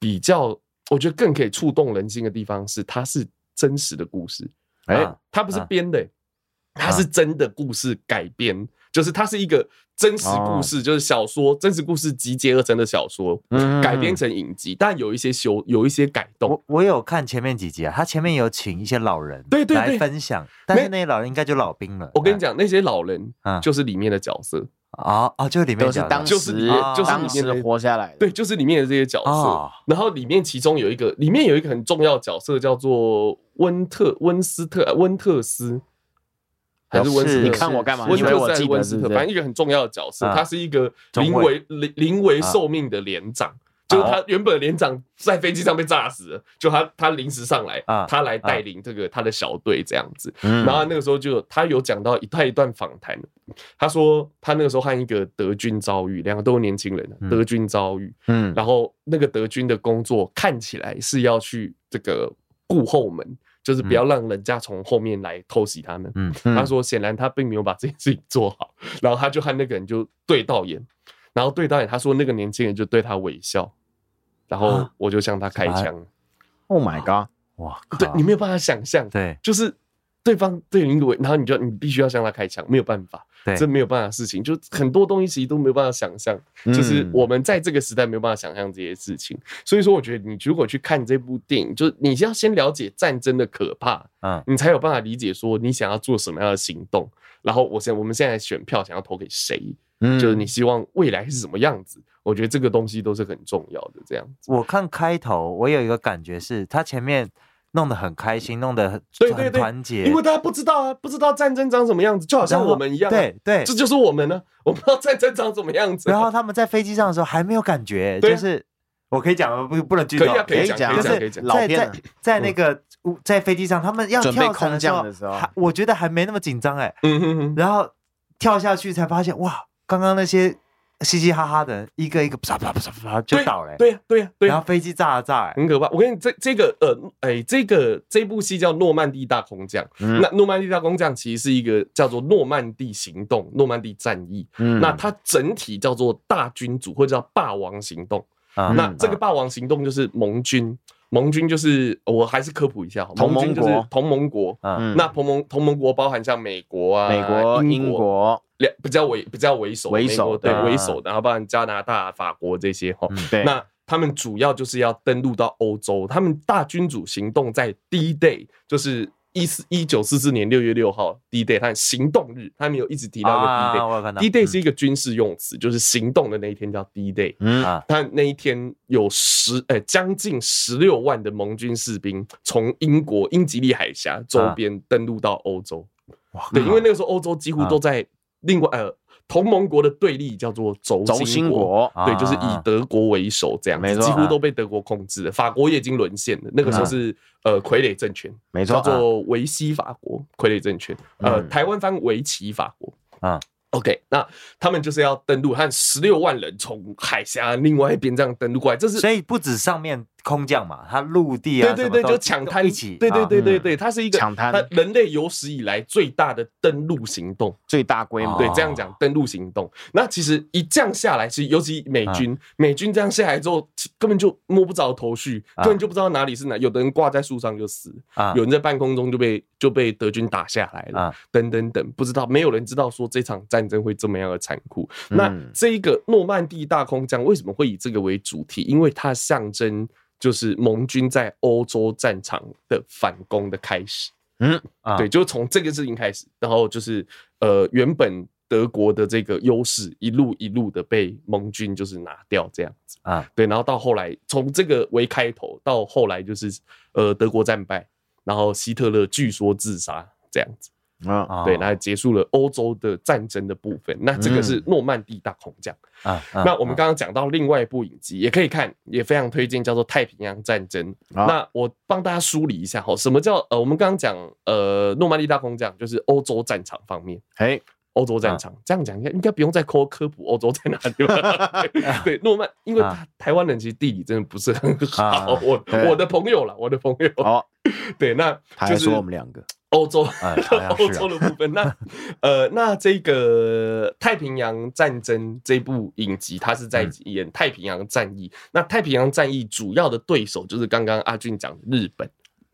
A: 比较，我觉得更可以触动人心的地方是，它是真实的故事，
B: 哎
C: 啊，
A: 它不是
C: 啊
A: 编的、它
B: 嗯
A: 是真的故事改编，就是它是一个真实故事，就是小说真实故事集结而成的小说，
B: 哦嗯
A: 改编成影集，但有一些修，有一些改动
C: 我。我有看前面几集啊，他前面有请一些老人
A: 对对对
C: 来分享，但是那些老人应该就老兵了。
A: 我跟你讲，那些老人
B: 嗯
C: 啊
A: 就是里面的角色，
C: 啊啊，就里面
B: 都是
C: 讲的
B: 当
A: 就是里
B: 时
A: 面就是里面
B: 当时
A: 的
B: 活下来的，
A: 对，就是里面的这些角色。
C: 哦
A: 然后里面其中有一个，里面有一个很重要的角色叫做温特温斯特温特斯，还是温斯
C: 是
A: 特？
B: 你看我干嘛？
A: 温
B: 你以为
A: 特斯
B: 我
A: 还是
B: 记
A: 温
B: 得
A: 斯
B: 是
A: 特？
B: 不
A: 反正
B: 是？
A: 一个很重要的角色，
C: 啊
A: 他是一个
C: 中
A: 临危
C: 尉
A: 临临危
B: 啊
A: 受命的连长。就是他原本的连长在飞机上被炸死了，就他他临时上来
C: 啊，
A: 他来带领这个他的小队这样子。
B: 嗯
A: 然后那个时候就有他有讲到一他一段访谈，他说他那个时候和一个德军遭遇，两个都是年轻人，啊
C: 嗯
A: 德军遭遇，
B: 嗯，
A: 然后那个德军的工作看起来是要去这个顾后门，就是不要让人家从后面来偷袭他们。
C: 嗯
A: 他说显然他并没有把这件事情做好， *laughs* 然后他就和那个人就对到眼，然后对到眼，他说那个年轻人就对他微笑，然后
C: 啊
A: 我就向他开
C: 什
A: 枪。
B: ，Oh my God，
C: 哇
A: 对
C: 靠
A: 你没有办法想象，
C: 啊对
A: 就是对方对你微，然后你就你必须要向他开枪，没有办法，
C: 对
A: 这没有办法的事情，就很多东西其实都没有办法想象，
B: 嗯
A: 就是我们在这个时代没有办法想象这些事情。所以说，我觉得你如果去看这部电影，就是你要先了解战争的可怕，
C: 嗯
A: 你才有办法理解说你想要做什么样的行动。然后我现我们现在选票想要投给谁，
B: 嗯
A: 就是你希望未来是什么样子，我觉得这个东西都是很重要的。这样子，
C: 我看开头，我有一个感觉是，他前面弄得很开心，弄得很
A: 对对
C: 很
A: 对
C: 团结，
A: 因为大家不知道啊，不知道战争长什么样子，就好像
C: 然后
A: 我们一样啊、
C: 对对
A: 这。就是我们呢、啊我不知道战争长什么样子。啊
C: 然后他们在飞机上的时候还没有感觉，
A: 对啊
C: 就是我可以讲吗不不能剧
A: 可
C: 透，
A: 以啊，可以讲，
B: 可以讲
A: 可以
C: 就
A: 讲，可以讲嗯
C: 是。
B: 老
C: 在
B: 片
C: 在
B: 了
C: 在那个在飞机上，他们要
B: 准备
C: 跳伞
B: 空
C: 的时
B: 降
C: 候
B: 的时候
C: 还我觉得还没那么紧张哎，
A: 嗯哼哼，
C: 然后跳下去才发现，哇，刚刚那些嘻嘻哈哈的人，一个一个啪啪啪啪啪就
A: 对
C: 倒了欸，
A: 对呀，啊对呀，对
C: 然
A: 呀
C: 后，飞机炸了炸欸，
A: 很可怕。我跟你这这个呃，哎，这个这部戏叫《诺曼底大空降》。
B: 嗯
A: 那诺曼底大空降其实是一个叫做诺曼底行动、诺曼底战役。
B: 嗯
A: 那它整体叫做大君主或者叫霸王行动。
B: 嗯
C: 啊
A: 嗯那这个霸王行动就是盟军，盟军就是我还是科普一下好，
B: 同盟
A: 军就是
B: 国
A: 同盟国。
C: 嗯
B: 嗯
A: 那同盟同盟国包含像美国啊、
B: 美国、
A: 英
B: 英国，
A: 两比较为比较为首，
B: 为
A: 美国
B: 首嗯
A: 对
C: 的
A: 为首的，然后包含加拿大、法国这些哈。
C: 嗯
B: 对，
A: 那他们主要就是要登陆到欧洲，他们大君主行动在 D Day，就是一四一九四四年六月六号 D Day，他们行动日，他们有一直提到一
C: 啊
A: 个
C: 我有看
A: D
C: 到
A: Day。D Day
C: 嗯
A: 是一个军事用词，就是行动的那一天叫 D Day。
B: 嗯
C: 啊
A: 他那一天有十呃将近十六万的盟军士兵从英国英吉利海峡周边登陆到欧洲。
C: 哇
B: 啊
A: 对，因为那个时候欧洲几乎都在另外呃同盟国的对立叫做轴
B: 轴
A: 心
B: 心国，
A: 对，就是以
C: 啊
A: 德国为首这样
B: 没
A: 子，
B: 错
A: 几乎都被德国控制了。法国也已经沦陷了，那个时候是
C: 嗯
A: 呃傀儡政权，
B: 没错啊
A: 叫，
C: 啊
A: 做维希法国傀儡政权，呃，
B: 嗯
A: 台湾翻维奇法国。
C: 啊
A: OK，那他们就是要登陆，和十六万人从海峡另外一边这样登陆过来，这是
C: 所以不止上面空降嘛，它陆地啊
A: 对
C: 什
A: 对
C: 么都，
A: 对，就抢滩
C: 一起，啊
A: 对对对对
B: 嗯
A: 对，它是一个
B: 抢滩
A: 它人类有史以来最大的登陆行动。
B: 最大规模，
A: 啊对
C: 哦，
A: 这样讲登陆行动。那其实一降下来，其实尤其美军，美军这样下来之后，其根本就摸不着头绪，
C: 啊
A: 根本就不知道哪里是哪。有的人挂在树上就死，
C: 啊
A: 有人在半空中就被就被德军打下来了
C: 啊，
A: 等等等，不知道，没有人知道说这场战争会这么样的残酷。
B: 嗯
A: 那这一个诺曼底大空降为什么会以这个为主题？因为它象征就是盟军在欧洲战场的反攻的开始。
C: 啊
A: 对，就从这个事情开始，然后就是呃，原本德国的这个优势一路一路的被盟军就是拿掉这样子，
C: 啊
A: 对，然后到后来从这个为开头，到后来就是呃德国战败，然后希特勒据说自杀这样子，
B: 嗯，
C: 啊
A: 对，然后结束了欧洲的战争的部分。那这个是诺曼底大空降。
C: 啊，
A: 那我们刚
C: 刚
A: 刚讲到另外一部影集，也可以看，也非常推荐，叫做《太平洋战争》。
B: 好
A: 那我帮大家梳理一下哈，什么叫呃，我们刚刚讲呃，诺曼底大空降，就是欧洲战场方面。
B: 哎，
A: 欧洲战
C: 啊
A: 场、这样讲应该应该不用再科科普欧洲在哪里
C: *laughs*
A: 吧？对，诺曼，因为
C: 啊
A: 他台湾人其实地理真的不是很好，
C: 啊
A: 我
B: 对
A: 我的朋友啦，我的朋友， *laughs*
B: 哦，
A: 对，那
B: 他还
A: 就是
B: 说我们两个，
A: 欧洲，
C: *laughs* 哎好像是啊
A: 欧洲的部分。
C: *laughs*
A: 那呃，那这个太平洋战争这部影集，它是
C: 嗯
A: 在演太平洋战役。那太平洋战役主要的对手就是刚刚阿俊讲的日本。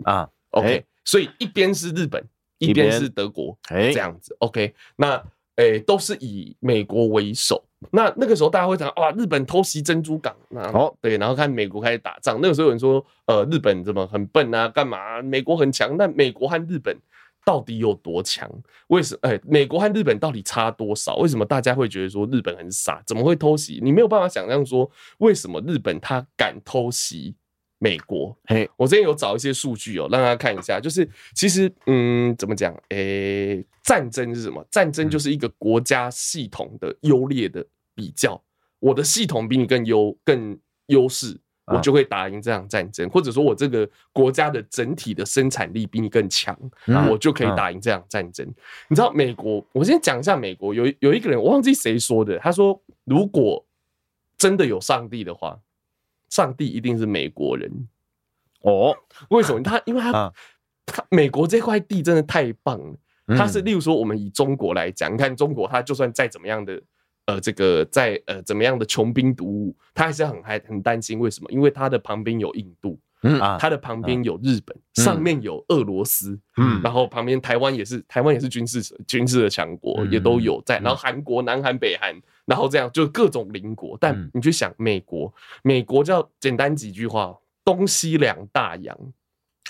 C: 啊
A: OK，、
B: 哎
A: 所以一边是日本，
B: 一
A: 一边
B: 边
A: 是德国，
B: 哎
A: 这样子。OK，那诶、都是以美国为首。那那个时候大家会讲哇，日本偷袭珍珠港，那
B: 哦
A: 对，然后看美国开始打仗。那个时候有人说，呃，日本怎么很笨啊，干嘛、美国很强，那美国和日本到底有多强？为什哎、美国和日本到底差多少？为什么大家会觉得说日本很傻？怎么会偷袭？你没有办法想象说为什么日本他敢偷袭美国？
B: 嘿，
A: 我之前有找一些数据哦，让大家看一下，就是其实嗯，怎么讲？诶、战争是什么？战争就是一个国家系统的优劣的比较。我的系统比你更优更优势，
C: 啊
B: 嗯
A: 我就会打赢这场战争，或者说我这个国家的整体的生产力比你更强，
B: 嗯
A: 我就可以打赢这场战争。你知道美国？我先讲一下美国，有一有一个人我忘记谁说的，他说如果真的有上帝的话，上帝一定是美国人。
B: 哦，
A: 为
B: *laughs*
A: 什么？他因为他、
C: 啊
A: 他美国这块地真的太棒了。
B: 嗯
A: 它是例如说，我们以中国来讲，你看中国，它就算再怎么样的，呃，这个在呃怎么样的穷兵黩武，它还是很还很担心。为什么？因为它的旁边有印度，
C: 啊
A: 它的旁边有日本，
B: 嗯
A: 上面有俄罗斯，
B: 嗯
A: 然后旁边台湾也是，台湾也是军事军事的强国，
C: 嗯
A: 也都有在。然后韩国、南韩、北韩，然后这样就各种邻国。但
C: 嗯
A: 你去想，美国，美国叫简单几句话，东西两大洋，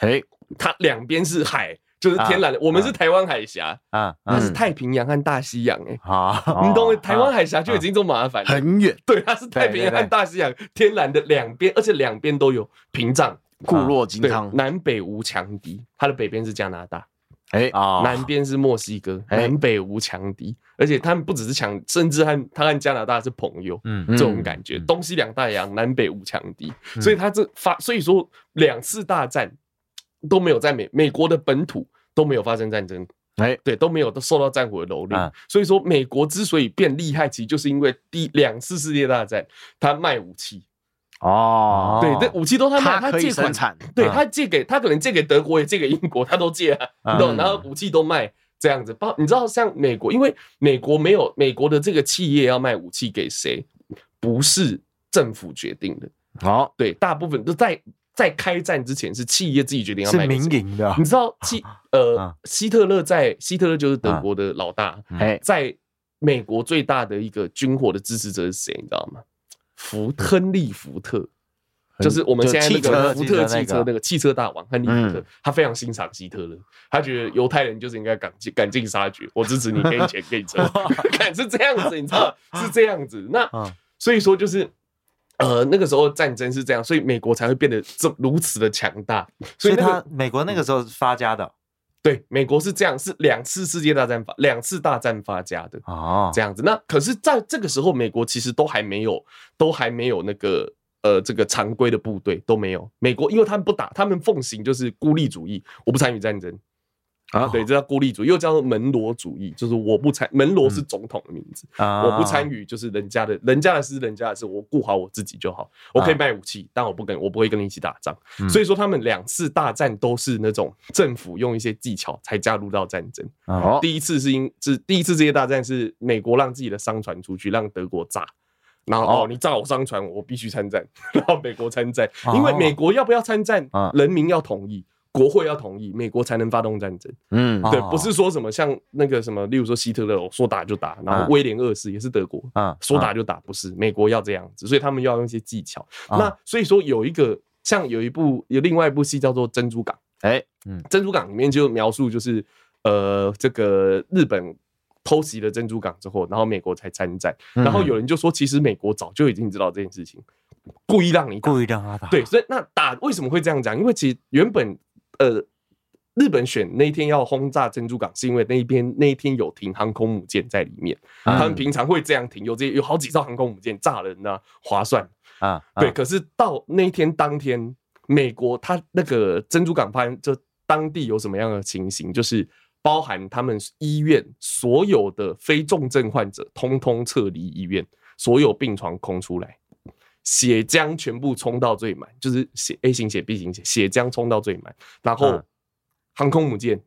B: 哎，
A: 它两边是海，就是天然的。我们是台湾海峡，
C: 啊
A: 它
C: 啊
A: 是
B: 嗯
A: 太平洋和大西洋、欸，
C: 好啊
A: 你懂
B: 哦啊
A: 吗？台湾海峡就已经这么麻烦了，
B: 很远，
A: 对，它是太平洋
C: 对对
A: 和
C: 对
A: 大西洋天然的两边，而且两边都有屏障，
B: 固若金
A: 对
B: 嗯汤，，
A: 南北无强敌。它的北边是加拿大，
B: 哎，
C: 啊
A: 南边是墨西哥，
B: 哎
A: 南北无强敌，而且他们不只是强，甚至和他和加拿大是朋友。
C: 嗯
A: 这种感觉，
C: 嗯
A: 东西两大洋，南北无强敌，
B: 嗯
A: 所以他这发，所以说两次大战都没有在美美国的本土都没有发生战争，
B: 哎，
A: 对，都没有受到战火的蹂躏
C: 啊。
A: 所以说，美国之所以变厉害，其实就是因为第两次世界大战，他卖武器，
B: 哦，
A: 对，这武器都他卖，
B: 它
A: 他
B: 可以
A: 借
B: 生
A: 款，
B: 产，
A: 对
C: 啊
A: 他借给他可能借给德国，也借给英国，他都借啊，
C: 啊
A: 你
B: 嗯
A: 懂？然后武器都卖。这样子，包你知道，像美国，因为美国没有美国的这个企业要卖武器给谁，不是政府决定的，
B: 哦，
A: 对，大部分都在在开战之前是企业自己决定要卖
C: 是
A: 给谁
C: 民。营的
A: 你知道希呃
C: 啊嗯
A: 希特勒在希特勒就是德国的老大，
B: 哎，
A: 在美国最大的一个军火的支持者是谁？你知道吗？福亨利·福特，就是我们现在那个
C: 嗯就
A: 福
C: 汽车
A: 特
C: 汽车那
A: 汽
C: 个
A: 车那个汽车大王亨利·福特
B: 嗯，
A: 他非常欣赏希特勒，他觉得犹太人就是应该赶尽赶尽杀绝，我支持你，给你钱，给你车，
C: *laughs*
A: 看是这样子，你知道是这样子。那
C: 啊
A: 所以说就是。呃，那个时候战争是这样，所以美国才会变得这如此的强大。所
C: 所
A: 以
C: 以
A: 那个
C: 他美国那个时候是发家的
A: 对，美国是这样，是两次世界大战发两次大战发家的
C: 哦，
A: 这样子。那可是在这个时候，美国其实都还没有，都还没有那个。呃，这个常规的部队都没有。美国，因为他们不打，他们奉行就是孤立主义，我不参与战争啊
C: 哦
A: 对，这叫孤立主义，又叫做门罗主义，就是我不参，门罗是总统的名字，
C: 嗯啊
A: 我不参与，就是人家的，人家的事，人家的事，我顾好我自己就好。我可以
C: 啊
A: 卖武器，但我不跟，我不会跟你一起打仗。
C: 嗯
A: 所以说，他们两次大战都是那种政府用一些技巧才加入到战争。
C: 哦，
A: 第一次是因是第一次世界大战是美国让自己的商船出去，让德国炸。然后哦，你炸我商船，我必须参战。然后美国参战，
C: 哦
A: 因为美国要不要参战
C: 啊，
A: 人民要同意，国会要同意，美国才能发动战争。
B: 嗯
C: 哦
A: 对，不是说什么像那个什么，例如说希特勒哦说打就打，然
C: 啊
A: 后威廉二世也是德国，
C: 啊
A: 说打就打，不是美国要这样子，所以他们要用一些技巧。
C: 啊
A: 那所以说有一个像有一部有另外一部戏叫做《珍珠港》，
B: 哎，
A: 《珍珠港》里面就描述就是呃这个日本偷袭了珍珠港之后，然后美国才参战，
B: 嗯
C: 嗯
A: 然后有人就说其实美国早就已经知道这件事情，故意让你打
C: 故意让啊他打，
A: 对，所以那打为什么会这样讲？因为其实原本呃，日本选那一天要轰炸珍珠港，是因为那一边那一天有停航空母舰在里面，
C: 嗯
A: 他们平常会这样停，有这有好几艘航空母舰炸人啊，划算。
C: 啊，啊
A: 对，，可是到那一天当天，美国它那个珍珠港畔就当地有什么样的情形，就是。包含他们医院所有的非重症患者，通通撤离医院，所有病床空出来，血浆全部冲到最满，就是血 A 型血、B 型血，血浆冲到最满，然后
C: 嗯
A: 航空母舰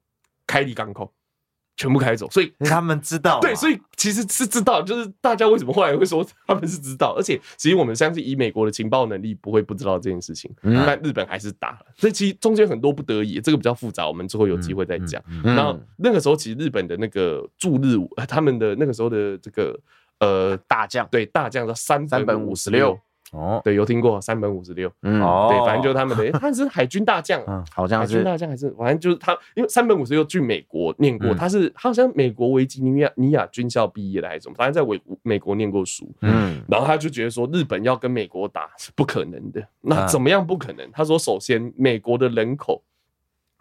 A: 开离港口，全部开走，所以
C: 因为他们知 *laughs* 道嘛，
A: 对，所以其实是知道，就是大家为什么后来会说他们是知道，而且其实我们相信以美国的情报能力不会不知道这件事情，
B: 嗯
A: 但日本还是打了，所以其实中间很多不得已，这个比较复杂，我们之后有机会再讲。
C: 嗯嗯嗯
A: 然后那个时候其实日本的那个驻日武，呃他们的那个时候的这个呃
B: 大将，
A: 对大将叫三
B: 三本
A: 五
B: 五
A: 十
B: 十
A: 六
B: 六，
C: 哦
A: 对，有听过三本五十六，
B: 嗯，
C: 哦，
A: 对，反正就是他们的，诶他是海军大将啊，
C: 嗯
B: 好
A: 海
B: 像
A: 军
B: 是，
A: 大将还是反正就是他，因为三本五十六去美国念过，
B: 嗯
A: 他是他好像美国维吉尼亚尼亚军校毕业的还是什么，反正在美美国念过书。
B: 嗯
A: 然后他就觉得说，日本要跟美国打是不可能的。那
C: 啊
B: 嗯
A: 怎么样不可能？他说，首先美国的人口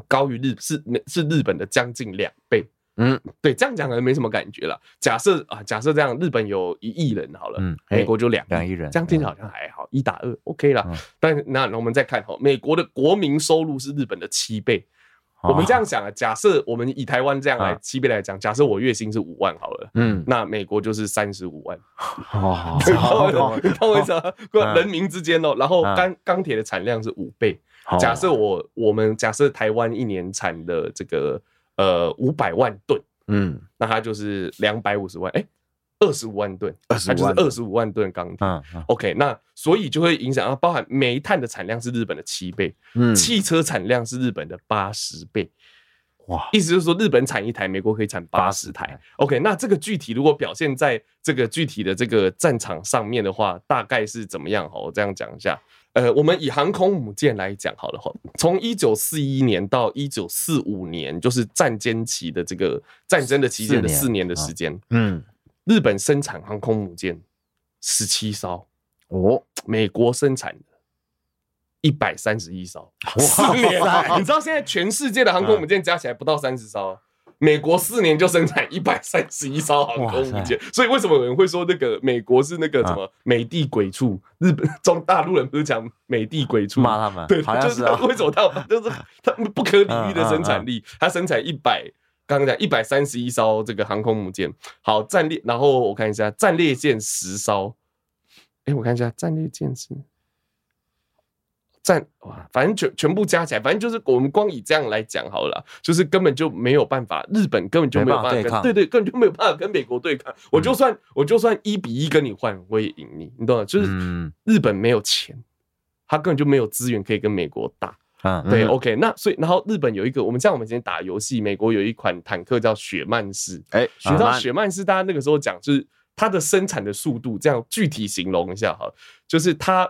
A: 高于日是是日本的将近两倍。
B: 嗯，
A: 对，这样讲可能没什么感觉了。假设啊，假设这样，日本有一亿人好了，
C: 嗯
A: 呃美
B: 哎
A: 国就两
C: 两亿人
A: 这样听起来好像还好，一打二 OK 啦。
C: 嗯
A: 但那我们再看哈，美国的国民收入是日本的七倍。
C: 哦
A: 我们这样想啊，假设我们以台湾这样来
C: 啊
A: 七倍来讲，假设我月薪是五万好了。
B: 嗯，
A: 那美国就是三十五万，
C: *laughs*
B: 哦， *laughs*
A: 你懂我意思吗你懂我意思吗？
C: 嗯
A: 人民之间哦，然后
C: 嗯
A: 钢钢铁的产量是五倍。
C: 哦
A: 假设我我们假设台湾一年产的这个呃五百万吨，
B: 嗯，
A: 那它就是两百五十万，哎、二十五万吨，
B: 25
A: 它就是
B: 万吨
A: 二十五万吨钢铁。
C: 嗯嗯
A: OK，那所以就会影响到包含煤炭的产量是日本的七倍，
B: 嗯，
A: 汽车产量是日本的八十倍。
C: 哇，
A: 意思就是说，日本产一台，美国可以产八十
C: 80
A: 台
C: 台。
A: OK，那这个具体如果表现在这个具体的这个战场上面的话，大概是怎么样？哈，我这样讲一下。呃，我们以航空母舰来讲好了哈，从一九四一年到一九四五年，就是战间期的这个战争的期间的四
C: 四
A: 年啊
C: 年
A: 的时间，
B: 嗯，
A: 日本生产航空母舰十七艘，
B: 哦，
A: 美国生产的一百三十一艘，
C: 哇
A: *laughs* 四年，啊你知道现在全世界的航空母舰加起来不到三十艘啊。美国四年就生 *laughs* 产一百三十一艘航空母舰，所以为什么有人会说那个美国是那个什么美帝鬼畜？日本中大陆人不是讲美帝鬼畜
C: 骂他们，
A: 对，
C: 好像
A: 就是
C: 是啊嗯
A: 他，为什么他有 *laughs* 就是他们不可理喻的生产力，他生产一百。刚刚讲一百三十一艘这个航空母舰，好战列，然后我看一下战列舰十艘，哎，我看一下战列舰是战哇，反正全全部加起来，反正就是我们光以这样来讲好了啦，就是根本就没有办法，日本根本就没有办法
C: 没
A: 跟
C: 办法对抗
A: 对对，根本就没有办法跟美国对抗。我就算我就算一比一跟你换，我也赢你，你懂吗？就是
C: 嗯
A: 日本没有钱，他根本就没有资源可以跟美国打。
C: 嗯
A: 对
B: 嗯
A: ，OK，那所以然后日本有一个，我们像我们之前打游戏，美国有一款坦克叫雪曼式，
B: 哎，
A: 你知道
B: 曼
A: 雪曼式，大家那个时候讲就是它的生产的速度，这样具体形容一下哈，就是它，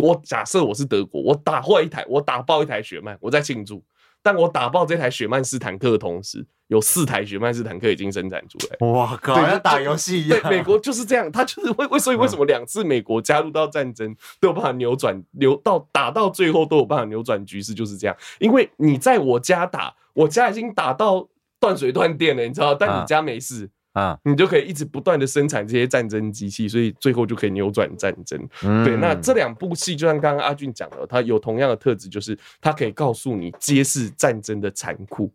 A: 我假设我是德国，我打坏一台，我打爆一台雪曼，我在庆祝。但我打爆这台雪曼斯坦克的同时，有四台雪曼斯坦克已经生产出来。
C: 哇靠，
A: 对就
C: 像打游戏一样
A: 对，。美国就是这样，他就是为为所以为什么两次美国加入到战争都有办法扭转，扭到打到最后都有办法扭转局势，就是这样。因为你在我家打，我家已经打到断水断电了，你知道，但你家没事，
C: 啊，
A: 你就可以一直不断的生产这些战争机器，所以最后就可以扭转战争。
B: 嗯
A: 对，那
C: 嗯
A: 这两部戏就像刚刚阿俊讲的，它有同样的特质，就是它可以告诉你揭示战争的残酷，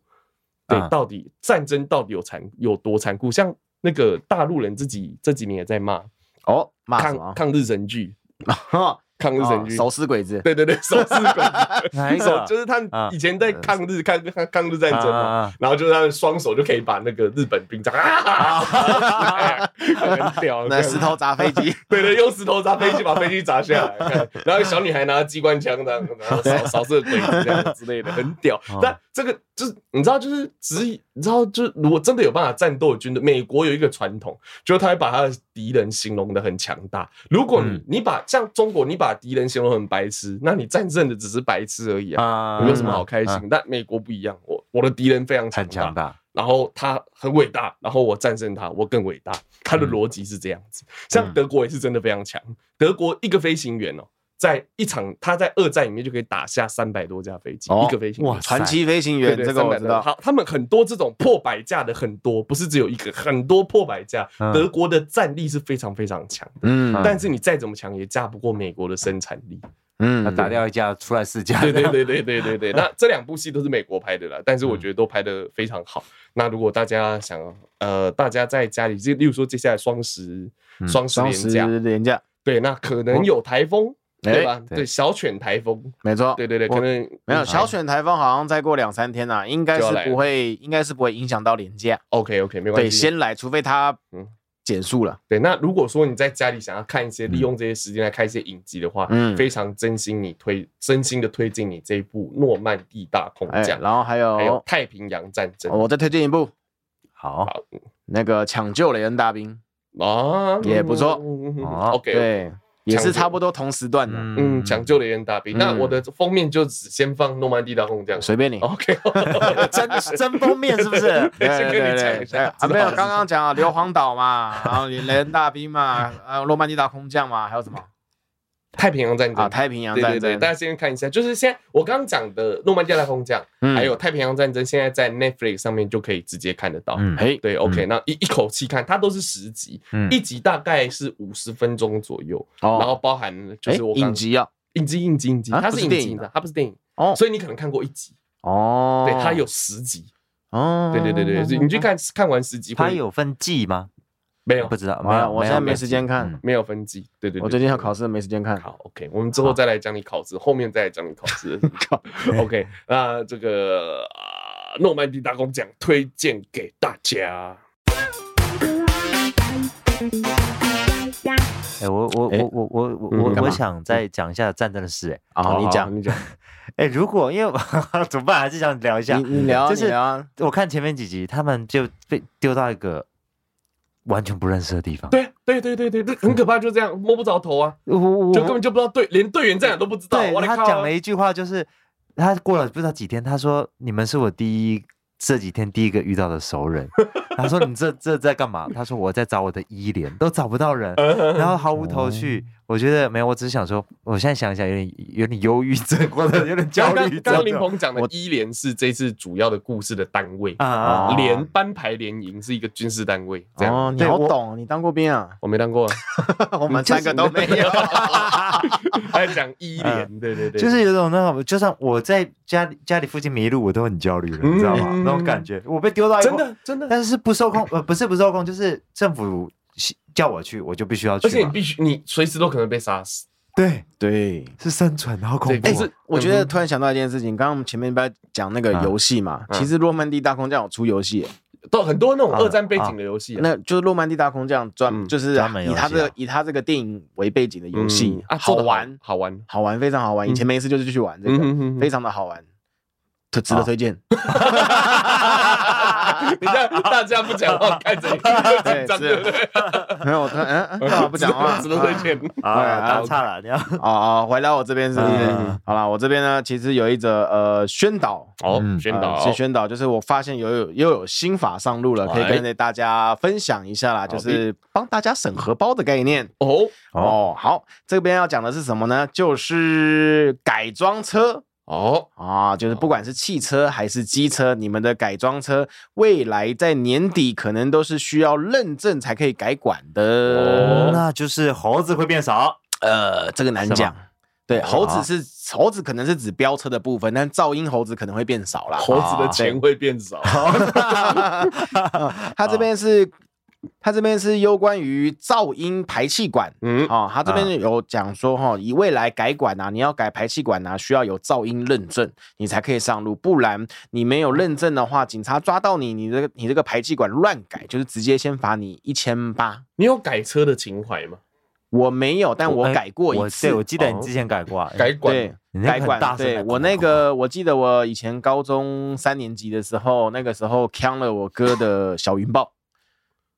A: 对，
C: 啊
A: 到底战争到底有残有多残酷？像那个大陆人自己这几年也在骂
B: 哦，骂什
A: 抗
B: 么？
A: 抗日神剧，
B: *laughs* 哦
A: 抗日神剧。
B: 手撕鬼子，
A: 对对对，手撕鬼
C: *laughs* 哪一
A: 子，
C: 个
A: 手就是他们
C: 啊
A: 以前在抗日抗抗抗日战争
C: 啊啊
A: 嘛
C: 啊，
A: 然后就是他们双手就可以把那个日本兵这样
C: *laughs*
A: 啊，很屌，
B: *laughs* 那石头砸飞
A: *laughs*
B: 机，
A: 对对，用石头砸飞机，把飞机砸下来。看然后小女孩拿机关枪这样，然后扫扫射鬼子这样之类的，很屌
C: 哦。
A: 但这个就是你知道，就是只你知道，就是如果真的有办法战斗的军队，美国有一个传统，就是他会把他的敌人形容的很强大。如果你
C: 嗯
A: 你把像中国，你把敌人形容得很白痴，那你战胜的只是白痴而已啊，
C: 啊
A: 有没有什么好开
C: 啊
A: 心？但美国不一样，我我的敌人非常
C: 很
A: 强
C: 强
A: 大。
C: 大，
A: 然后他很伟大，然后我战胜他，我更伟大。他
B: 嗯
A: 的逻辑是这样子，像德国也是真的非常强。德国一个飞行员哦，在一场他在二战里面就可以打下三百多架飞机，
B: 哦
A: 一个飞行员
C: 哇
B: 传奇飞行
A: 对
B: 员
A: 对，
B: 这个我
A: 300
B: 知
A: 多
B: 道。
A: 好，他们很多这种破百架的很多，不是只有一个，很多破百架。
C: 嗯
A: 德国的战力是非常非常强的，
B: 嗯
A: 但是你再怎么强也架不过美国的生产力。
C: 他
B: 嗯
C: 打掉一架出来四架，
A: 对
B: 啊
A: 对对对对对对，那这两部戏都是美国拍的啦，但
B: 嗯
A: 是我觉得都拍的非常好。那如果大家想要，呃，大家在家里，就例如说接下来双十
C: 嗯
A: 双十
B: 双
A: 连
B: 十
A: 假，
B: 连假，
A: 对，那可能有台风，对
B: 哎
A: 吧？
C: 对
A: 对，小犬台风，
B: 没错，
A: 对对对，
B: 我
A: 可能
B: 没有小犬台风，好像再过两三天啊，应该
A: 嗯就要
B: 是
A: 来了
B: 不会，应该是不会影响到廉价。
A: OK OK 没关
B: 对，
A: 系。
B: 先来，除非它
A: 嗯
B: 减速了。
A: 对，那如果说你在家里想要看一些利用这些时间来看一些影集的话，
B: 嗯
A: 非常真心你推真心的推荐你这一部《诺曼底大空
B: 哎，哦
A: 降》，
B: 然后还
A: 还有
B: 有
A: 《太平洋战争》
B: 我再推荐一部
C: *laughs* 好
A: 好
B: 那个《抢救雷恩大兵
A: 啊，
B: 也不错
A: 嗯
C: 哦
A: OK，》，
B: 对，也
A: 抢
B: 是
A: 救
B: 差不多同时段的，
A: 嗯，抢救雷恩大兵。那
B: 嗯
A: 我的封面就只先放诺曼底大空降。
B: 随便你。 *laughs*
A: OK，
C: 真真封面是不是？
A: 对
B: 对
A: 哦 *laughs* 先
B: 对
A: 跟
B: 对
A: 你讲一
B: 对，对
A: 下，
B: 啊没有，刚刚讲了硫磺岛嘛，然后雷恩大兵嘛， *laughs* 还有诺曼底大空降嘛，还有什么
A: 太平洋战
B: 啊？
A: 争。
B: 太平洋
A: 对对
B: 战
A: 对，
B: 争
A: 大，家先看一下，就是现在我刚刚讲的《诺曼底大空降》，
B: 嗯
A: 还有《太平洋战争》，现在在 Netflix 上面就可以直接看得到。
C: 嗯
B: 嘿，
A: 对，OK，那一一口气看，它都是十集，
C: 嗯
A: 一集大概是五十分钟左右，
B: 哦
A: 然后包含就是
B: 哎
A: 我刚
B: 影集啊，
A: 影集影集影集，
B: 啊
A: 它
B: 不
A: 是
B: 是
A: 影
B: 电
A: 集
B: 影
A: 的
B: 啊，
A: 它不是电影，
B: 哦
A: 所以你可能看过一集，
B: 哦，
A: 对，它有十集，
B: 哦，
A: 对对对对，所以你去看看完十集会，
C: 嗯他有分季吗？
A: 没有啊
C: 不知道，
B: 没有，我现在
C: 有
B: 没时间看
C: 嗯，
A: 没有分级，对对对，
B: 我最近要考
A: 试。
B: 试，没时间看。
A: 好，OK，我们之后再来讲你考试，后面再来讲你考试的事情。OK，那这个啊，诺曼底大公奖推荐给大家。
C: 哎，我我
B: 哎
C: 我我我我
A: 嗯
C: 我
B: 干嘛
C: 我想再讲一下战争的事。哎 *laughs*
B: 好，你讲，
A: 你讲，
C: 哎，如果因为 *laughs* 我怎么办？还是想聊一下
B: 你。你聊啊，
C: 就
B: 你
C: 是
B: 聊啊。
C: 我看前面几集，他们就被丢到一个完全不认识的地方。
A: 对啊对对对对，这很可怕，就这样摸不着头啊，
C: 我，我
A: 就根本就不知道队，连队员在哪都不知道。 *laughs* 我
C: 对
A: 的
C: 他
A: 靠啊
C: 讲了一 *laughs* 句话，就是他过了不知道几天，他说：“你们是我第一这几天第一个遇到的熟
A: *laughs*
C: 人。”他说：“你这这在干嘛？”他说：“我在找我的依恋，都找不到人，
A: 嗯
C: 然后毫无头绪。”我觉得没有，我只是想说，我现在想一想，有点有点忧郁症或者有点焦
A: 刚刚 *laughs*
C: 虑
A: 刚
C: 症
A: 刚林鹏讲的一连是这次主要的故事的单位，
C: 啊啊。啊
B: 哦
A: 连班排连营是一个军事单位，这样
B: 哦，你
C: 对
B: 好
C: 我
B: 懂，你当过兵啊？
A: 我没当过啊，
B: *laughs* 我们三个都没有。
A: *laughs* 还讲一连，对对对，
C: 就是有种那种，就算我在家里家里附近迷路，我都很焦虑了，你知道吗？
A: 嗯
C: 那种感觉，我被丢到一个
A: 真的真的
C: 但是不受控，呃，不是不受控，就是政府叫我去，我就必须要去
A: 而
C: 嘛。
A: 且你必须，你随时都可能被杀死。
C: 对，
B: *laughs* 对，
C: 是生存，好恐
A: 对，
C: 怖
A: 可
C: 哦。
A: 是
B: 我觉得
A: 嗯
B: 突然想到一件事情，刚刚我们前面不是讲那个游戏嘛？
A: 嗯
B: 其实《诺曼底大空降》有出游戏，
A: 都很多那种
C: 啊
A: 二战背景的游戏啊，
B: 那就是《诺曼底大空降》
A: 嗯
B: 专就是
C: 专门游
B: 以
C: 戏啊
B: 它这个以它这个电影为背景的游戏
A: 嗯，啊，
B: 好嗯
A: 做得
B: 玩，
A: 好玩。
B: 好玩，非常好玩。以前没事就是去玩这
A: 嗯
B: 个，
A: 哼哼
B: *laughs* 非常的好玩，特值得推荐。
A: *laughs* 你看大家不讲话，看着你紧张，对不对？
B: *laughs* 没有，他嗯，
A: *laughs*
B: 嗯干嘛不讲话？
A: 只能退钱。
B: 哎
C: 啊，打岔了，你要
B: 哦哦，回到我这边是不是？
C: 嗯
B: 好啦，我这边呢，其实有一则呃宣导，
A: 好，
C: 嗯
A: 宣
B: 呃
A: 导
B: 是宣导，就是我发现有有又有新法上路了，可以
A: 哎
B: 跟大家分享一下啦，就
A: 好的
B: 是帮大家审荷包的概念。
A: 哦
B: 哦，好，这边要讲的是什么呢？就是改装车。
A: 哦，
B: 啊，就是不管是汽车还是机车，你们的改装车未来在年底可能都是需要认证才可以改管的。
A: 哦
C: 那就是猴子会变少。
B: 呃，这个难
C: 是吗
B: 讲。对，猴子
C: 啊
B: 是、猴子，可能是指飙车的部分，但噪音猴子可能会变少啦。 *laughs*
A: 猴子的钱会变少。
B: 啊他这边是，他这边是攸关于噪音排气管。
A: 嗯，
B: 哦，他这边有讲说哈，以未来改管啊，你要改排气管啊，需要有噪音认证，你才可以上路，不然你没有认证的话，警察抓到你，你这个你这个排气管乱改，就是直接先罚你一千八。
A: 你有改车的情怀吗？
B: 我没有，但我
C: 哎
B: 改过
C: 我
B: 一次
C: 对，，我记得你
A: 哦
C: 之前改过啊，
A: 改管
B: 对，
C: 你那个
B: 改
C: 很
B: 管
C: 大声
B: 对
C: 的
B: 我那个，我记得我以前高中三年级的时候，那个时候呛了我哥的小云豹，